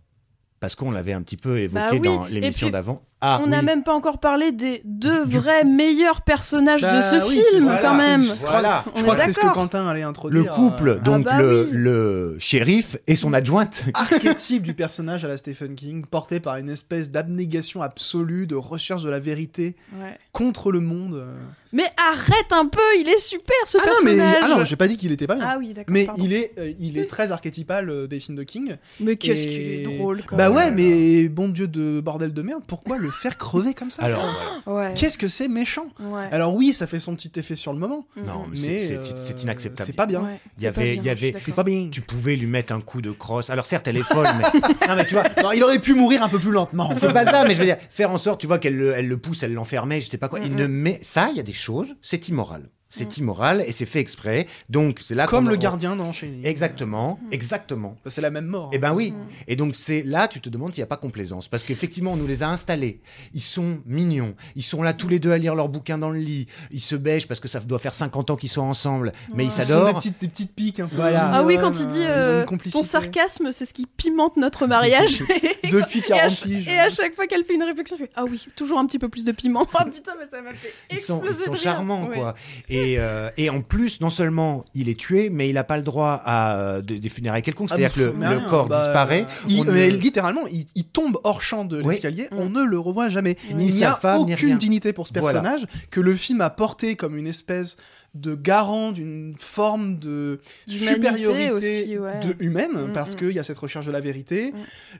Speaker 1: parce qu'on l'avait un petit peu évoqué
Speaker 2: Bah oui,
Speaker 1: dans
Speaker 2: et
Speaker 1: l'émission
Speaker 2: puis,
Speaker 1: d'avant ah
Speaker 2: On
Speaker 1: oui.
Speaker 2: n'a même pas encore parlé des deux vrais meilleurs personnages de ce
Speaker 3: Bah oui, c'est
Speaker 2: film,
Speaker 3: ça,
Speaker 2: quand
Speaker 3: c'est-
Speaker 2: même.
Speaker 3: je crois-
Speaker 1: Voilà.
Speaker 2: On
Speaker 3: Je
Speaker 2: est
Speaker 3: crois que c'est ce que
Speaker 2: d'accord.
Speaker 3: Quentin allait introduire.
Speaker 1: le couple
Speaker 3: euh,
Speaker 1: donc
Speaker 2: bah
Speaker 1: le,
Speaker 2: oui.
Speaker 1: le shérif et
Speaker 3: Mm.
Speaker 1: son adjointe
Speaker 3: *laughs* archétype du personnage à la Stephen King, porté par une espèce d'abnégation absolue, de recherche de la vérité
Speaker 2: Ouais.
Speaker 3: contre le monde. euh.
Speaker 2: Mais arrête un peu, il est super ce
Speaker 3: Ah non, mais
Speaker 2: personnage.
Speaker 3: ah non, j'ai pas dit qu'il était pas bien.
Speaker 2: Ah oui, d'accord.
Speaker 3: mais
Speaker 2: pardon.
Speaker 3: il est, euh, il est très archétypal euh, des films de King.
Speaker 2: Mais qu'est-ce
Speaker 3: et-
Speaker 2: qu'il est drôle, quand
Speaker 3: Bah
Speaker 2: même.
Speaker 3: ouais, mais bon dieu de bordel de merde, pourquoi le faire crever comme ça
Speaker 1: alors voilà.
Speaker 2: Ouais.
Speaker 3: Qu'est-ce que c'est méchant
Speaker 2: ouais.
Speaker 3: Alors oui, ça fait son petit effet sur le moment,
Speaker 2: Mm,
Speaker 1: non mais
Speaker 3: mais
Speaker 1: c'est- c'est
Speaker 3: euh,
Speaker 1: c'est inacceptable
Speaker 3: C'est pas bien.
Speaker 2: Ouais,
Speaker 1: Il y
Speaker 2: c'est pas
Speaker 1: avait-
Speaker 2: bien,
Speaker 1: il y avait-
Speaker 2: je suis
Speaker 3: C'est
Speaker 2: d'accord.
Speaker 3: pas bien.
Speaker 1: tu pouvais lui mettre un coup de crosse alors certes elle est folle
Speaker 3: *laughs*
Speaker 1: mais non mais tu vois
Speaker 3: Non, il aurait pu mourir un peu plus lentement.
Speaker 1: C'est pas ça, mais je veux dire, faire en sorte, tu vois, qu'elle le, elle le pousse, elle l'enfermait, je sais pas quoi. Il
Speaker 2: Mm,
Speaker 1: ne met ça, il y a des choses, c'est immoral. C'est immoral et c'est fait exprès. Donc c'est là
Speaker 3: Mm. Comme
Speaker 1: qu'on-
Speaker 3: le gardien Mm. dans Shining.
Speaker 1: Exactement, exactement.
Speaker 3: C'est la même mort.
Speaker 1: Eh ben oui.
Speaker 2: Mm.
Speaker 1: Et donc c'est là, tu te demandes s'il n'y a pas complaisance, parce qu'effectivement on nous les a installés. Ils sont mignons. Ils sont là tous les deux à lire leurs bouquins dans le lit. Ils se bêchent parce que ça doit faire 50 ans qu'ils sont ensemble, mais ils
Speaker 2: Ouais.
Speaker 3: Ils Ah, sont Des
Speaker 1: s'adorent.
Speaker 3: petites, des petites piques. un peu.
Speaker 1: Voilà.
Speaker 2: Ah oui,
Speaker 3: mignonnes,
Speaker 2: quand il dit
Speaker 3: euh, ils ont une
Speaker 2: euh,
Speaker 3: complicité.
Speaker 2: ton sarcasme, c'est ce qui pimente notre
Speaker 3: *laughs*
Speaker 2: mariage. Et
Speaker 3: Depuis
Speaker 2: *laughs* Et à,
Speaker 3: 40 piges.
Speaker 2: et à chaque fois qu'elle fait une réflexion, je fais Ah oui, toujours un petit peu plus de piment. *laughs* Ah putain, mais ça m'a fait
Speaker 1: Ils sont,
Speaker 2: exploser
Speaker 1: ils sont
Speaker 2: de rire.
Speaker 1: charmants,
Speaker 2: Ouais. *laughs*
Speaker 1: quoi. Et, euh, et en plus, non seulement il est tué, mais il n'a pas le droit à euh, de- des funérailles quelconques.
Speaker 3: Ah,
Speaker 1: C'est-à-dire que le,
Speaker 3: mais
Speaker 1: le
Speaker 3: rien,
Speaker 1: corps
Speaker 3: bah,
Speaker 1: disparaît.
Speaker 3: il-
Speaker 1: on ne-
Speaker 3: mais littéralement, il, il tombe hors champ de
Speaker 1: Oui.
Speaker 3: l'escalier,
Speaker 2: Mm.
Speaker 3: on ne le revoit jamais.
Speaker 2: Ni
Speaker 3: il n'y
Speaker 1: sa
Speaker 3: a
Speaker 1: femme, ni
Speaker 3: aucune
Speaker 1: rien.
Speaker 3: dignité pour ce
Speaker 1: Voilà.
Speaker 3: personnage que le film a porté comme une espèce de garant d'une forme de
Speaker 2: D'humanité
Speaker 3: supériorité
Speaker 2: aussi, ouais.
Speaker 3: de humaine
Speaker 2: Mm,
Speaker 3: parce
Speaker 2: mm.
Speaker 3: qu'il y a cette recherche de la vérité
Speaker 2: Mm.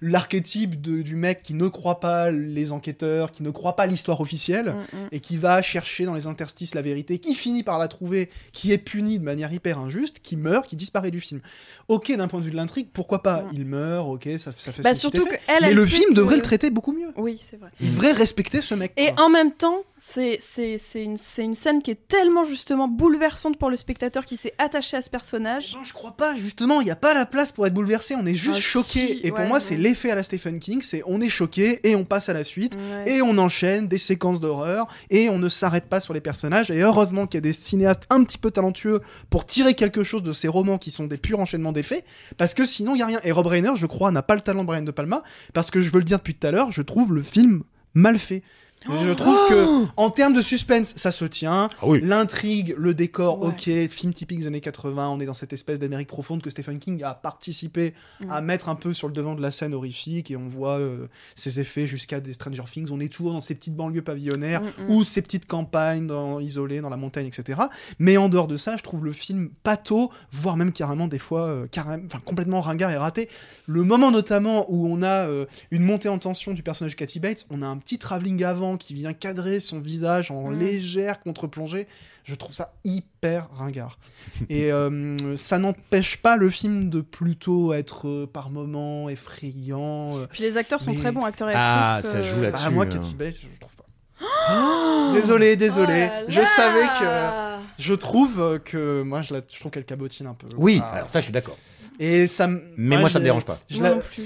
Speaker 3: l'archétype de- du mec qui ne croit pas les enquêteurs qui ne croit pas l'histoire officielle
Speaker 2: Mm, mm.
Speaker 3: et qui va chercher dans les interstices la vérité, qui finit par la trouver, qui est puni de manière hyper injuste, qui meurt, qui disparaît du film. Ok, d'un point de vue de l'intrigue, pourquoi pas
Speaker 2: Mm.
Speaker 3: Il meurt, ok, ça, ça fait
Speaker 2: Bah,
Speaker 3: son petit
Speaker 2: surtout
Speaker 3: effet.
Speaker 2: que elle,
Speaker 3: Mais
Speaker 2: elle
Speaker 3: le
Speaker 2: sait
Speaker 3: film
Speaker 2: que-
Speaker 3: devrait le traiter Ah. beaucoup mieux.
Speaker 2: Oui, c'est vrai.
Speaker 3: Il devrait respecter ce mec.
Speaker 2: Et
Speaker 3: quoi.
Speaker 2: en même temps, c'est c'est- c'est une, c'est une scène qui est tellement justement bouleversante pour le spectateur qui s'est attaché à ce personnage.
Speaker 3: Non, je crois pas, justement, il n'y a pas la place pour être bouleversé, on est juste
Speaker 2: Ah,
Speaker 3: choqué.
Speaker 2: si,
Speaker 3: et pour
Speaker 2: ouais,
Speaker 3: moi,
Speaker 2: ouais.
Speaker 3: c'est l'effet à la Stephen King, c'est on est choqué et on passe à la suite.
Speaker 2: Ouais.
Speaker 3: Et on enchaîne des séquences d'horreur et on ne s'arrête pas sur les personnages. Et heureusement qu'il y a des cinéastes un petit peu talentueux pour tirer quelque chose de ces romans qui sont des purs enchaînements d'effets, parce que sinon il n'y a rien. Et Rob Reiner, je crois, n'a pas le talent de Brian De Palma, parce que je veux le dire depuis tout à l'heure, je trouve le film mal fait. Je
Speaker 2: Oh
Speaker 3: trouve que, en termes de suspense, ça se tient.
Speaker 1: Ah oui.
Speaker 3: L'intrigue, le décor,
Speaker 2: Ouais.
Speaker 3: ok, film typique des années 80, on est dans cette espèce d'Amérique profonde que Stephen King a participé
Speaker 2: Mm.
Speaker 3: à mettre un peu sur le devant de la scène horrifique et on voit euh, ses effets jusqu'à des Stranger Things. On est toujours dans ces petites banlieues pavillonnaires
Speaker 2: Mm, mm.
Speaker 3: ou ces petites campagnes dans- isolées dans la montagne, etc. Mais en dehors de ça, je trouve le film pâteau, voire même carrément des fois euh, carré- enfin, complètement ringard et raté. Le moment notamment où on a euh, une montée en tension du personnage de Cathy Bates, on a un petit travelling avant qui vient cadrer son visage en
Speaker 2: Mm.
Speaker 3: légère contre-plongée. Je trouve ça hyper
Speaker 2: *laughs*
Speaker 3: ringard. et euh, ça n'empêche pas le film de plutôt être euh, par moments effrayant. euh.
Speaker 2: Puis les acteurs sont
Speaker 3: Mais-
Speaker 2: très bons, acteurs et
Speaker 1: Ah,
Speaker 2: actrices. euh.
Speaker 1: ça joue là-dessus.
Speaker 3: Bah, moi,
Speaker 1: hein.
Speaker 3: Cathy Bates, je trouve pas.
Speaker 2: Oh
Speaker 3: désolé, désolé. je savais que. Je trouve euh, que moi je, la, je trouve qu'elle cabotine un peu.
Speaker 1: Oui,
Speaker 3: Ah.
Speaker 1: alors ça, je suis d'accord.
Speaker 3: Et ça. m-
Speaker 1: Mais moi, ça me
Speaker 3: j'ai-
Speaker 1: dérange pas.
Speaker 3: je
Speaker 2: Moi
Speaker 3: la-
Speaker 2: non plus.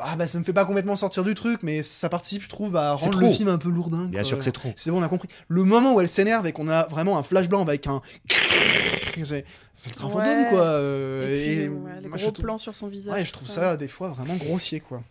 Speaker 3: Ah bah ça me fait pas complètement sortir du truc, mais ça participe, je trouve, à
Speaker 1: C'est
Speaker 3: rendre le
Speaker 1: trop.
Speaker 3: film un peu lourdin.
Speaker 1: Bien
Speaker 3: quoi.
Speaker 1: sûr que c'est trop.
Speaker 3: C'est bon, on a compris. Le moment où elle s'énerve et qu'on a vraiment un flash blanc avec un. C'est c'est le train
Speaker 2: Ouais.
Speaker 3: fantôme quoi. euh,
Speaker 2: Et puis,
Speaker 3: et
Speaker 2: euh, ouais, les
Speaker 3: moi,
Speaker 2: gros
Speaker 3: je,
Speaker 2: plans sur son visage.
Speaker 3: Ouais, je trouve ça des fois vraiment grossier quoi.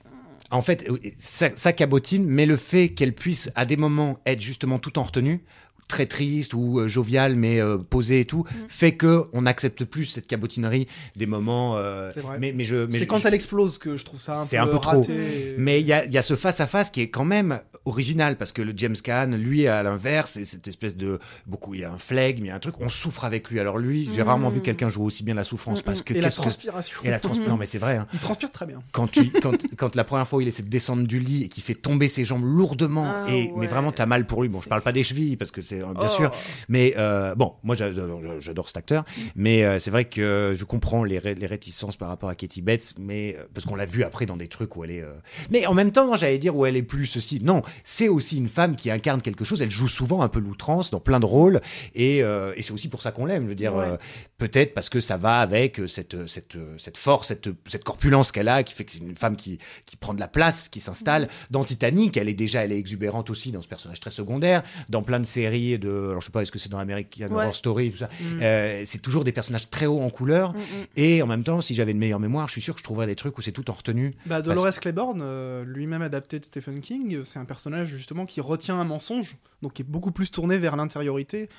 Speaker 1: En fait, euh, ça, ça cabotine, mais le fait qu'elle puisse à des moments être justement tout en retenue, très triste ou euh, joviale mais euh, posée et tout,
Speaker 2: Mm.
Speaker 1: fait que on accepte plus cette cabotinerie des moments. euh,
Speaker 3: C'est vrai.
Speaker 1: Mais, mais je. mais
Speaker 3: C'est
Speaker 1: je-
Speaker 3: quand elle explose que je trouve ça un peu.
Speaker 1: C'est un peu trop.
Speaker 2: Mmh.
Speaker 3: raté.
Speaker 1: Mais il y a, il y a ce face-à-face qui est quand même original, parce que le James Caan, lui, à l'inverse, c'est cette espèce de... Beaucoup, il y a un flegme, il y a un truc, on souffre avec lui. Alors lui, j'ai
Speaker 2: Mhm.
Speaker 1: rarement vu quelqu'un jouer aussi bien la souffrance,
Speaker 2: Mhm.
Speaker 1: parce que...
Speaker 3: Et la
Speaker 1: qu'est-ce que-
Speaker 3: transpiration.
Speaker 1: Et la trans- Non, mais c'est vrai. hein.
Speaker 3: Il transpire très bien.
Speaker 1: Quand, tu, quand, quand la première fois où il essaie de descendre du lit et qu'il fait tomber ses jambes lourdement,
Speaker 2: Ah
Speaker 1: et,
Speaker 2: ouais.
Speaker 1: mais vraiment, t'as mal pour lui. Bon, je
Speaker 2: C'est-
Speaker 1: parle pas des chevilles, parce que c'est... Bien
Speaker 3: Oh.
Speaker 1: sûr.
Speaker 2: Oh.
Speaker 1: Mais euh, bon, moi j'adore j'adore cet acteur, mais euh, c'est vrai que je comprends les, ré- les réticences par rapport à Katie Bates, mais euh, parce qu'on l'a vu après dans des trucs où elle est. euh, Mais en même temps, j'allais dire où elle est plus ceci. Non, c'est aussi une femme qui incarne quelque chose. Elle joue souvent un peu l'outrance dans plein de rôles, et, euh, et c'est aussi pour ça qu'on l'aime. Je veux dire,
Speaker 2: Ouais.
Speaker 1: euh, peut-être parce que ça va avec euh, cette euh, cette euh, cette force, cette cette corpulence qu'elle a, qui fait que c'est une femme qui qui prend de la place, qui
Speaker 3: Mm.
Speaker 1: s'installe. Dans Titanic, elle est déjà, elle est exubérante aussi dans ce personnage très secondaire. Dans plein de séries de, alors je sais pas, est-ce que c'est dans American
Speaker 2: Ouais.
Speaker 1: Horror Story, tout ça.
Speaker 3: Mm.
Speaker 1: Euh, c'est toujours des personnages très hauts en couleur.
Speaker 2: Mm, mm.
Speaker 1: Et en même temps, si j'avais une meilleure mémoire, je suis sûr que je trouverais des trucs où c'est tout en retenue.
Speaker 3: Bah, Dolores Claiborne, euh, lui-même adapté de Stephen King, euh, c'est un personnage justement qui retient un mensonge, donc qui est beaucoup plus tourné vers l'intériorité.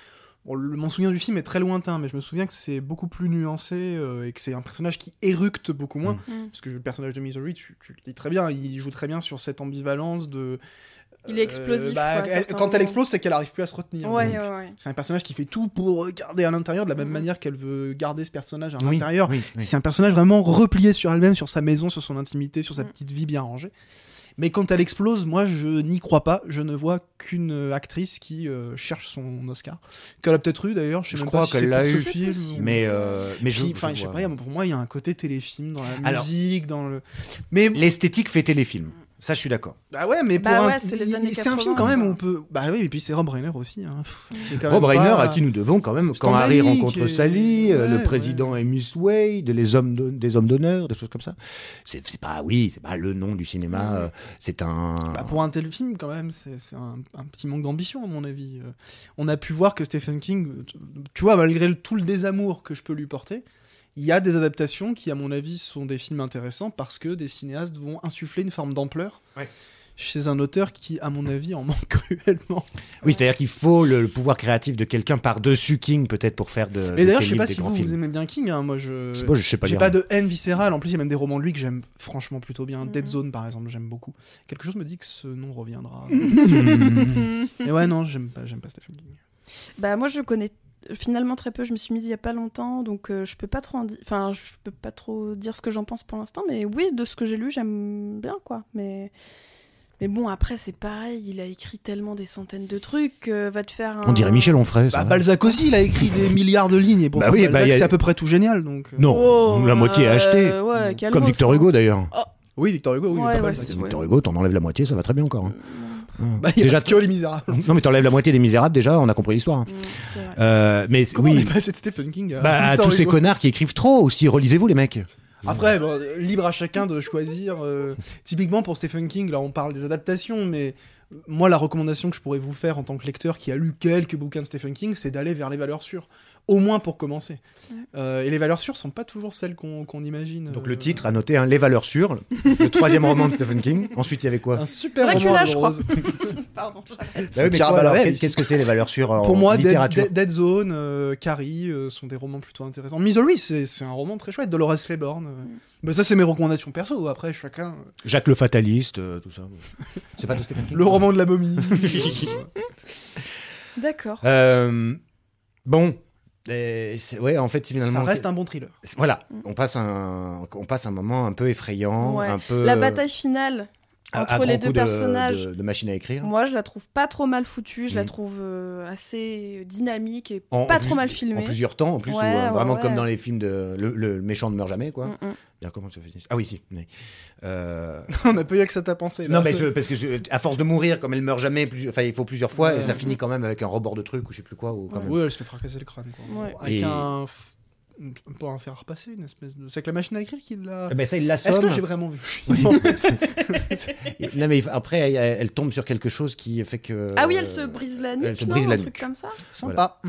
Speaker 3: Bon, le- mon souvenir du film est très lointain, mais je me souviens que c'est beaucoup plus nuancé euh, et que c'est un personnage qui éructe beaucoup moins.
Speaker 2: Mm. Mm.
Speaker 3: Parce que le personnage de Misery, tu, tu le dis très bien, il joue très bien sur cette ambivalence de. euh, bah,
Speaker 2: Il est explosif, quoi, à
Speaker 3: elle-
Speaker 2: certains
Speaker 3: quand elle
Speaker 2: moments.
Speaker 3: explose, c'est qu'elle arrive plus à se retenir.
Speaker 2: Ouais,
Speaker 3: Donc,
Speaker 2: ouais, ouais.
Speaker 3: C'est un personnage qui fait tout pour garder à l'intérieur, de la même
Speaker 2: Mhm.
Speaker 3: manière qu'elle veut garder ce personnage à
Speaker 1: Oui,
Speaker 3: l'intérieur.
Speaker 1: oui, oui.
Speaker 3: C'est un personnage vraiment replié sur elle-même, sur sa maison, sur son intimité, sur sa
Speaker 2: Mm.
Speaker 3: petite vie bien rangée. Mais quand elle explose, moi, je n'y crois pas. Je ne vois qu'une euh, actrice qui euh, cherche son Oscar. Qu'elle a peut-être eu d'ailleurs. Je, sais
Speaker 1: Je
Speaker 3: même
Speaker 1: crois
Speaker 3: pas si
Speaker 1: qu'elle
Speaker 3: c'est
Speaker 1: l'a
Speaker 3: pour ce
Speaker 1: eu.
Speaker 3: film ou-
Speaker 1: Mais euh, mais je,
Speaker 3: Qui- enfin,
Speaker 1: je
Speaker 3: je sais
Speaker 1: vois.
Speaker 3: pas, il y a- pour moi, il y a un côté téléfilm dans la
Speaker 1: Alors-
Speaker 3: musique, dans le. Mais
Speaker 1: l'esthétique fait téléfilm. Ça, je suis d'accord.
Speaker 3: bah ouais, mais pour
Speaker 2: Bah
Speaker 3: un,
Speaker 2: ouais, c'est les
Speaker 3: il-
Speaker 2: années
Speaker 3: c'est un
Speaker 2: 80,
Speaker 3: film quand même où
Speaker 2: quoi.
Speaker 3: on peut. Bah oui, et puis c'est Rob Reiner aussi. hein. Il est quand
Speaker 1: Rob
Speaker 3: même
Speaker 1: Reiner,
Speaker 3: pas-
Speaker 1: à qui nous devons quand même, quand
Speaker 3: Stanley
Speaker 1: Harry
Speaker 3: Lee,
Speaker 1: rencontre
Speaker 3: qui est-
Speaker 1: Sally, euh,
Speaker 3: Ouais,
Speaker 1: le président est Miss Wade, les hommes de- des hommes d'honneur, des choses comme ça. C'est c'est pas, oui, c'est pas le nom du cinéma, euh, c'est un.
Speaker 3: Bah, pour un tel film, quand même, c'est c'est un, un petit manque d'ambition, à mon avis. Euh, on a pu voir que Stephen King, tu- tu vois, malgré le- tout le désamour que je peux lui porter, il y a des adaptations qui, à mon avis, sont des films intéressants parce que des cinéastes vont insuffler une forme d'ampleur
Speaker 1: Ouais.
Speaker 3: chez un auteur qui, à mon avis, en manque *laughs* cruellement.
Speaker 1: Oui, c'est-à-dire qu'il faut le, le pouvoir créatif de quelqu'un par-dessus King, peut-être, pour faire de,
Speaker 3: Mais
Speaker 1: de ses
Speaker 3: d'ailleurs, je sais
Speaker 1: livres
Speaker 3: pas
Speaker 1: des
Speaker 3: si
Speaker 1: grands
Speaker 3: vous, vous
Speaker 1: films.
Speaker 3: aimez bien King. hein, moi, je.
Speaker 1: C'est pas- je sais pas
Speaker 3: J'ai
Speaker 1: dire.
Speaker 3: pas de haine viscérale. En plus, il y a même des romans de lui que j'aime franchement plutôt bien.
Speaker 2: Mhm.
Speaker 3: Dead Zone, par exemple, j'aime beaucoup. Quelque chose me dit que ce
Speaker 1: *laughs*
Speaker 3: nom reviendra. Mais ouais, non, j'aime pas, j'aime pas Stephen King.
Speaker 2: Bah moi je connais finalement très peu, je me suis mise il y a pas longtemps donc euh, je peux pas trop en di- enfin je peux pas trop dire ce que j'en pense pour l'instant mais oui de ce que j'ai lu, j'aime bien quoi mais mais bon après c'est pareil, il a écrit tellement des centaines de trucs, euh, va te faire un...
Speaker 1: On dirait Michel Onfray. ça.
Speaker 3: Bah, Balzac aussi, il a écrit des milliards de lignes et pourtant
Speaker 1: Bah oui, bah,
Speaker 3: Balzac,
Speaker 1: il y a-
Speaker 3: c'est à peu près tout génial donc. euh.
Speaker 1: hein. non,
Speaker 2: Oh,
Speaker 1: la moitié est
Speaker 2: euh,
Speaker 1: achetée.
Speaker 2: ouais,
Speaker 1: Comme
Speaker 2: calmos,
Speaker 1: Victor
Speaker 2: hein.
Speaker 1: Hugo d'ailleurs.
Speaker 3: Oui, Victor Hugo, oui, il est
Speaker 2: Ouais,
Speaker 3: pas
Speaker 2: ouais,
Speaker 3: Balzac.
Speaker 2: c'est-
Speaker 1: Victor Hugo, t'en enlèves la moitié, ça va très bien encore. hein. Hein.
Speaker 3: Bah, il
Speaker 1: Déjà,
Speaker 3: déjà que les misérables.
Speaker 1: *laughs* non mais t'enlèves la moitié des Misérables déjà, on a compris l'histoire. hein.
Speaker 2: Mm, c'est vrai.
Speaker 1: Euh, mais c'est-
Speaker 3: Comment on
Speaker 1: oui,
Speaker 3: est passé de Stephen King à
Speaker 1: bah, à
Speaker 3: Victor
Speaker 1: tous ces
Speaker 3: Hugo
Speaker 1: connards qui écrivent trop aussi, relisez-vous les mecs.
Speaker 3: Après, bon, euh, libre à chacun de choisir. euh, typiquement pour Stephen King, là on parle des adaptations, mais euh, moi la recommandation que je pourrais vous faire en tant que lecteur qui a lu quelques bouquins de Stephen King, c'est d'aller vers les valeurs sûres. au moins pour commencer. Euh, et les valeurs sûres sont pas toujours celles qu'on qu'on imagine.
Speaker 1: Donc
Speaker 3: euh,
Speaker 1: le titre à noter, hein, Les valeurs sûres, le troisième roman de Stephen King. Ensuite, il y avait quoi
Speaker 3: Un super
Speaker 2: Dracula,
Speaker 3: roman à
Speaker 2: je
Speaker 3: l'eau
Speaker 2: crois.
Speaker 3: rose.
Speaker 2: Pardon. j'arrête.
Speaker 1: Bah oui, mais
Speaker 3: Tira
Speaker 1: quoi, alors,
Speaker 3: Ballarel,
Speaker 1: qu'est-
Speaker 3: ici.
Speaker 1: Qu'est-ce que c'est les valeurs sûres en
Speaker 3: Pour moi, Dead,
Speaker 1: littérature
Speaker 3: Dead- Dead Zone, euh, Carrie euh, sont des romans plutôt intéressants. Misery, c'est c'est un roman très chouette. Dolores Claiborne. euh. Bah, ça, c'est mes recommandations perso. Après, chacun.
Speaker 1: Jacques le fataliste, euh, tout ça. C'est pas de Stephen King.
Speaker 3: Le roman de la momie.
Speaker 2: D'accord.
Speaker 1: Euh, bon. Euh, c'est- ouais, en fait, finalement.
Speaker 3: ça reste un bon thriller. *laughs*
Speaker 1: Voilà, on passe, un, on passe un moment un peu effrayant,
Speaker 2: Ouais.
Speaker 1: un peu.
Speaker 2: La
Speaker 1: euh,
Speaker 2: bataille finale,
Speaker 1: à- à
Speaker 2: entre
Speaker 1: grands
Speaker 2: les deux
Speaker 1: coups de-
Speaker 2: personnages.
Speaker 1: De, de machine à écrire.
Speaker 2: moi, je la trouve pas trop mal foutue. Je la
Speaker 1: Mhm.
Speaker 2: trouve euh, assez dynamique et
Speaker 1: En- en
Speaker 2: pas
Speaker 1: plus-
Speaker 2: trop mal filmée. Mm,
Speaker 1: En plusieurs temps, en plus,
Speaker 2: Ouais,
Speaker 1: où, euh,
Speaker 2: ouais,
Speaker 1: vraiment
Speaker 2: ouais.
Speaker 1: comme dans les films de. Le, le méchant ne meurt jamais, quoi.
Speaker 2: Mm, mm.
Speaker 1: D'ailleurs, comment ça finit Ah oui, si. mais, euh,
Speaker 3: On n'a pas eu que ça t'a pensé. là.
Speaker 1: Non, mais je- parce que je- à force de mourir, comme elle meurt jamais, plus- enfin, il faut plusieurs fois,
Speaker 3: Ouais.
Speaker 1: et ça finit quand même avec un rebord de truc ou je sais plus quoi. Ou quand même.
Speaker 3: Ouais, elle se fait fracasser le crâne. Quoi.
Speaker 2: Ouais.
Speaker 3: Avec
Speaker 1: Et-
Speaker 3: un. f- Pas un fer à repasser, une espèce de. C'est que la machine à écrire qui l'a.
Speaker 1: Eh Ben ça, il l'assomme.
Speaker 3: Est-ce que j'ai vraiment vu
Speaker 1: Non,
Speaker 3: *laughs*
Speaker 1: mais il- après, elle, elle tombe sur quelque chose qui fait que.
Speaker 2: Ah oui, elle se brise la nuque,
Speaker 1: Euh, elle se
Speaker 2: non,
Speaker 1: brise la
Speaker 2: un truc
Speaker 1: nuque.
Speaker 2: comme ça.
Speaker 3: Sympa.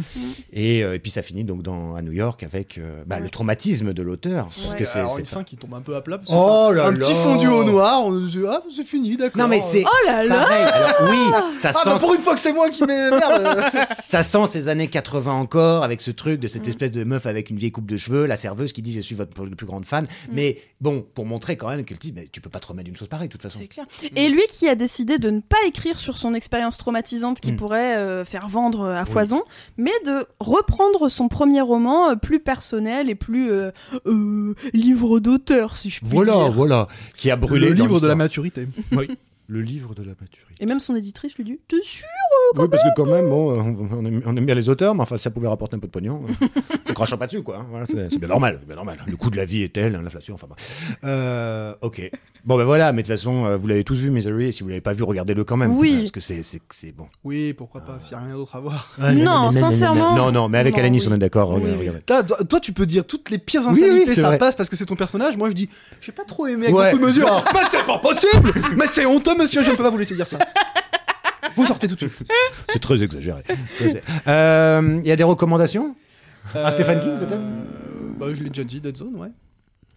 Speaker 1: Et, euh, et puis ça finit donc dans, à New York avec euh, bah, le
Speaker 2: Ouais.
Speaker 1: traumatisme de l'auteur. Parce
Speaker 2: Ouais.
Speaker 1: que c'est.
Speaker 3: Alors,
Speaker 1: c'est
Speaker 3: une
Speaker 1: pas-
Speaker 3: fin qui tombe un peu à plat. parce que
Speaker 1: Oh
Speaker 3: c'est
Speaker 1: là
Speaker 3: un
Speaker 1: là.
Speaker 3: petit fondu au noir. On se dit, ah, c'est fini, d'accord.
Speaker 1: Non, mais c'est.
Speaker 2: Oh là là
Speaker 1: Pareil. Alors, oui, ça
Speaker 3: Ah, bah
Speaker 1: sent.
Speaker 3: pour une fois que c'est moi qui
Speaker 2: Euh,
Speaker 3: mets. Merde
Speaker 1: *laughs* ça sent ces années 80 encore avec ce truc de cette
Speaker 2: Mm.
Speaker 1: espèce de meuf avec une vieille coupe de cheveux, la serveuse qui dit je suis votre plus plus grande
Speaker 2: Mm.
Speaker 1: fan. Mais bon, pour montrer quand même qu'elle dit mais tu peux pas te remettre d'une chose pareille de toute façon.
Speaker 2: C'est clair. Et lui qui a décidé de ne pas écrire sur son expérience traumatisante qui
Speaker 1: Mm.
Speaker 2: pourrait euh, faire vendre à foison, mais de reprendre son premier roman euh, plus personnel et plus euh, euh, livre d'auteur, si je puis
Speaker 1: Voilà,
Speaker 2: dire.
Speaker 1: voilà, qui a brûlé
Speaker 3: Le
Speaker 1: dans
Speaker 3: livre de la
Speaker 1: l'histoire.
Speaker 3: maturité.
Speaker 1: le livre de la maturité.
Speaker 2: Et même son éditrice lui dit T'es sûr
Speaker 1: Oui, parce que quand même, bon, euh, on, on aime, on aime bien les auteurs, mais enfin, ça pouvait rapporter un peu de pognon. euh,
Speaker 2: *laughs*
Speaker 1: ne crachons pas dessus, quoi. hein. Voilà, c'est c'est bien normal, c'est bien normal. Le coût de la vie est tel, hein, l'inflation, enfin. bon. Euh, ok. Bon, ben voilà, mais de toute façon, euh, vous l'avez tous vu, Misery, et si vous l'avez pas vu, regardez-le quand même.
Speaker 2: Oui.
Speaker 1: Parce que c'est- c'est c'est bon.
Speaker 3: Oui, pourquoi pas, s'il n'y a rien d'autre à voir.
Speaker 2: Ouais, non, non, non, sincèrement.
Speaker 1: Non, non, mais avec
Speaker 2: Non,
Speaker 1: Alanis,
Speaker 2: oui.
Speaker 1: on est d'accord.
Speaker 2: Oui,
Speaker 1: regardez,
Speaker 2: oui.
Speaker 1: regardez.
Speaker 3: *laughs* Toi, toi, tu peux dire toutes les pires
Speaker 1: Oui, oui,
Speaker 3: insanités,
Speaker 1: c'est
Speaker 3: ça
Speaker 1: vrai.
Speaker 3: passe parce que c'est ton personnage. Moi, je dis, j'ai pas trop aimé avec
Speaker 1: Ouais.
Speaker 3: beaucoup de mesure. mais c'est pas possible Mais c'est honteux, monsieur, je ne peux pas vous laisser
Speaker 1: *laughs*
Speaker 3: dire ça. Vous sortez tout de suite.
Speaker 2: *laughs*
Speaker 1: C'est très exagéré. Très- Euh, Il y a des recommandations
Speaker 3: Euh,
Speaker 1: Ah, Stephen King, peut-être
Speaker 3: Bah, je l'ai déjà dit, Dead Zone, ouais.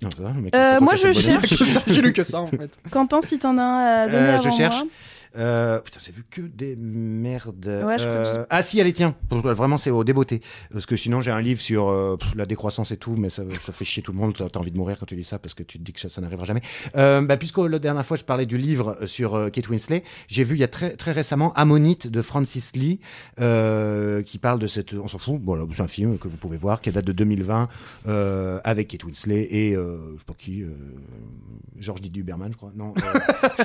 Speaker 1: Non, ça va, le mec,
Speaker 2: Euh,
Speaker 1: pourtant,
Speaker 2: moi,
Speaker 1: t'as
Speaker 2: je
Speaker 1: cette bonne-
Speaker 2: cherche.
Speaker 3: Que ça, J'ai lu que ça, en fait.
Speaker 2: Quentin, si t'en as un à donner
Speaker 1: Euh,
Speaker 2: avant
Speaker 1: je cherche.
Speaker 2: moi.
Speaker 1: Euh, putain, c'est vu que des merdes.
Speaker 2: Ouais, je
Speaker 1: Euh,
Speaker 2: crois
Speaker 1: ah si, allez, tiens. Vraiment, c'est au débeauté. Parce que sinon, j'ai un livre sur euh, pff, la décroissance et tout, mais ça, ça fait chier tout le monde. T'as t'as envie de mourir quand tu lis ça parce que tu te dis que ça, ça n'arrivera jamais. Euh, bah, puisque la dernière fois, je parlais du livre sur euh, Kate Winslet, j'ai vu il y a très, très récemment Ammonite de Francis Lee, euh, qui parle de cette... On s'en fout. Voilà, c'est un film que vous pouvez voir, qui date de 2020, euh, avec Kate Winslet et... Euh, je sais pas qui... Euh, Georges Didier Berman, je crois. Non.
Speaker 3: *laughs*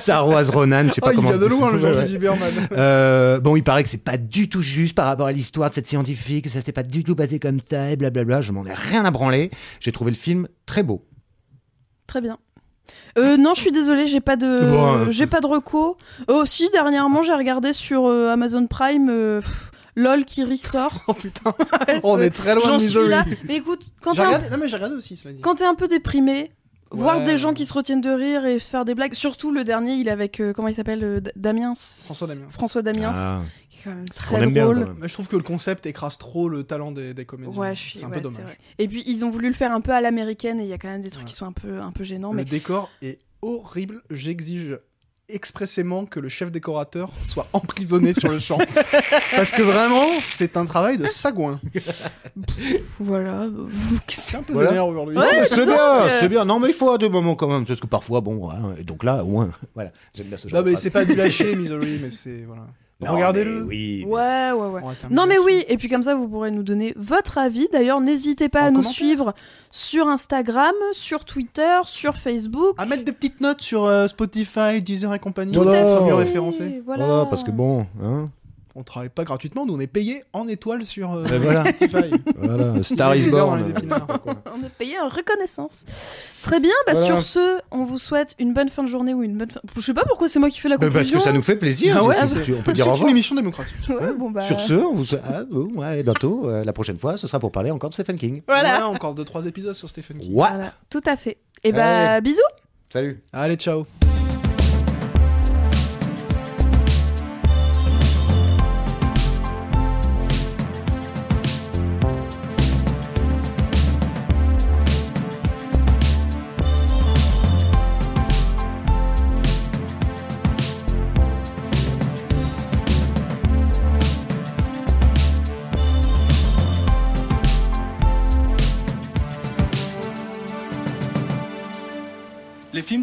Speaker 1: Euh, Saroise Ronan, je sais pas
Speaker 3: Oh, il
Speaker 1: comment
Speaker 3: vient
Speaker 1: se
Speaker 3: de
Speaker 1: dit.
Speaker 3: loin, le
Speaker 1: Ouais,
Speaker 3: Georges
Speaker 1: ouais.
Speaker 3: Duberman.
Speaker 1: *laughs* Euh, bon, il paraît que c'est pas du tout juste par rapport à l'histoire de cette scientifique, que ça s'était pas du tout basé comme ça, et blablabla. Je m'en ai rien à branler. J'ai trouvé le film très beau.
Speaker 2: Très bien. Euh, non, je suis désolée, j'ai pas de,
Speaker 1: Bon, euh,
Speaker 2: j'ai pas de reco. Oh, si, dernièrement, j'ai regardé sur euh, Amazon Prime euh, pff, LOL qui
Speaker 3: *laughs*
Speaker 2: ressort.
Speaker 3: Oh putain,
Speaker 2: Ouais,
Speaker 3: on
Speaker 2: c'est-
Speaker 3: est très loin
Speaker 2: J'en
Speaker 3: de
Speaker 2: suis
Speaker 3: Misery.
Speaker 2: là. Mais écoute, quand
Speaker 3: J'ai
Speaker 2: t'es un
Speaker 3: regardé- Non, mais j'ai regardé aussi, cela dit.
Speaker 2: Quand t'es un peu déprimé, voir
Speaker 3: Ouais.
Speaker 2: des gens qui se retiennent de rire et se faire des blagues, surtout le dernier, il est avec, euh, comment il s'appelle euh, D- Damiens
Speaker 3: François Damiens.
Speaker 2: François Damiens,
Speaker 1: Ah,
Speaker 2: qui est quand même
Speaker 1: on
Speaker 2: très
Speaker 1: aime bien,
Speaker 2: drôle.
Speaker 1: quand même.
Speaker 3: Mais Je trouve que le concept écrase trop le talent des, des comédiens.
Speaker 2: Ouais, je suis.
Speaker 3: c'est un
Speaker 2: ouais,
Speaker 3: peu
Speaker 2: c'est
Speaker 3: dommage.
Speaker 2: vrai. Et puis ils ont voulu le faire un peu à l'américaine et il y a quand même des trucs
Speaker 3: Ouais.
Speaker 2: qui sont un peu, un peu gênants. Oh,
Speaker 3: Le
Speaker 2: Mais
Speaker 3: décor est horrible. J'exige expressément que le chef décorateur soit emprisonné sur
Speaker 2: *laughs*
Speaker 3: le champ. Parce que vraiment, c'est un travail de sagouin.
Speaker 2: voilà. euh,
Speaker 1: *laughs*
Speaker 3: C'est un peu
Speaker 1: Voilà.
Speaker 3: vénère aujourd'hui.
Speaker 1: Non, mais c'est bien,
Speaker 2: euh,
Speaker 1: c'est bien. Non, mais il faut à deux moments quand même. Parce que parfois, bon, hein, et donc là, au moins, *laughs* voilà. J'aime bien ce genre
Speaker 3: Non, mais
Speaker 1: de phrase.
Speaker 3: c'est pas du lâcher, Misery, mais c'est. Voilà.
Speaker 1: Non,
Speaker 3: Regardez-le.
Speaker 1: mais Oui. mais-
Speaker 2: Ouais, ouais, ouais.
Speaker 3: On va terminer
Speaker 2: Non mais
Speaker 3: là-dessus.
Speaker 2: oui, et puis comme ça vous pourrez nous donner votre avis. D'ailleurs, n'hésitez pas
Speaker 3: En
Speaker 2: à nous
Speaker 3: commentaire.
Speaker 2: suivre sur Instagram, sur Twitter, sur Facebook.
Speaker 1: Ah,
Speaker 3: À mettre des petites notes sur euh, Spotify, Deezer et compagnie.
Speaker 1: Tout à
Speaker 3: Ils sont
Speaker 1: fait.
Speaker 3: mieux
Speaker 2: Oui,
Speaker 3: référencés.
Speaker 2: Voilà.
Speaker 1: Voilà, parce que bon, hein,
Speaker 3: On travaille pas gratuitement, nous on est payé en étoile sur euh,
Speaker 1: Ben voilà.
Speaker 3: Spotify.
Speaker 1: voilà, Star is
Speaker 3: Dans
Speaker 1: Born.
Speaker 3: les épinards.
Speaker 2: On est payé en reconnaissance. Très bien, bah
Speaker 1: Voilà.
Speaker 2: sur ce, on vous souhaite une bonne fin de journée ou une bonne fin... Je sais pas pourquoi c'est moi qui fais la
Speaker 1: Ben, parce
Speaker 2: conclusion.
Speaker 1: que ça nous fait plaisir.
Speaker 3: Ah ouais,
Speaker 1: Tu- tu- on peut
Speaker 3: C'est
Speaker 1: dire au
Speaker 3: une
Speaker 1: revoir.
Speaker 3: émission démocratique.
Speaker 2: Ouais, bon, bah,
Speaker 1: Sur ce, on vous ah, bon, ouais, bientôt, euh, la prochaine fois, ce sera pour parler encore de Stephen King.
Speaker 2: Voilà.
Speaker 3: Ouais, encore 2-3 épisodes sur Stephen King.
Speaker 1: Ouais.
Speaker 2: Voilà, tout à fait. Et bah,
Speaker 1: Allez.
Speaker 2: bisous
Speaker 1: Salut.
Speaker 3: Allez, ciao.
Speaker 4: Les films,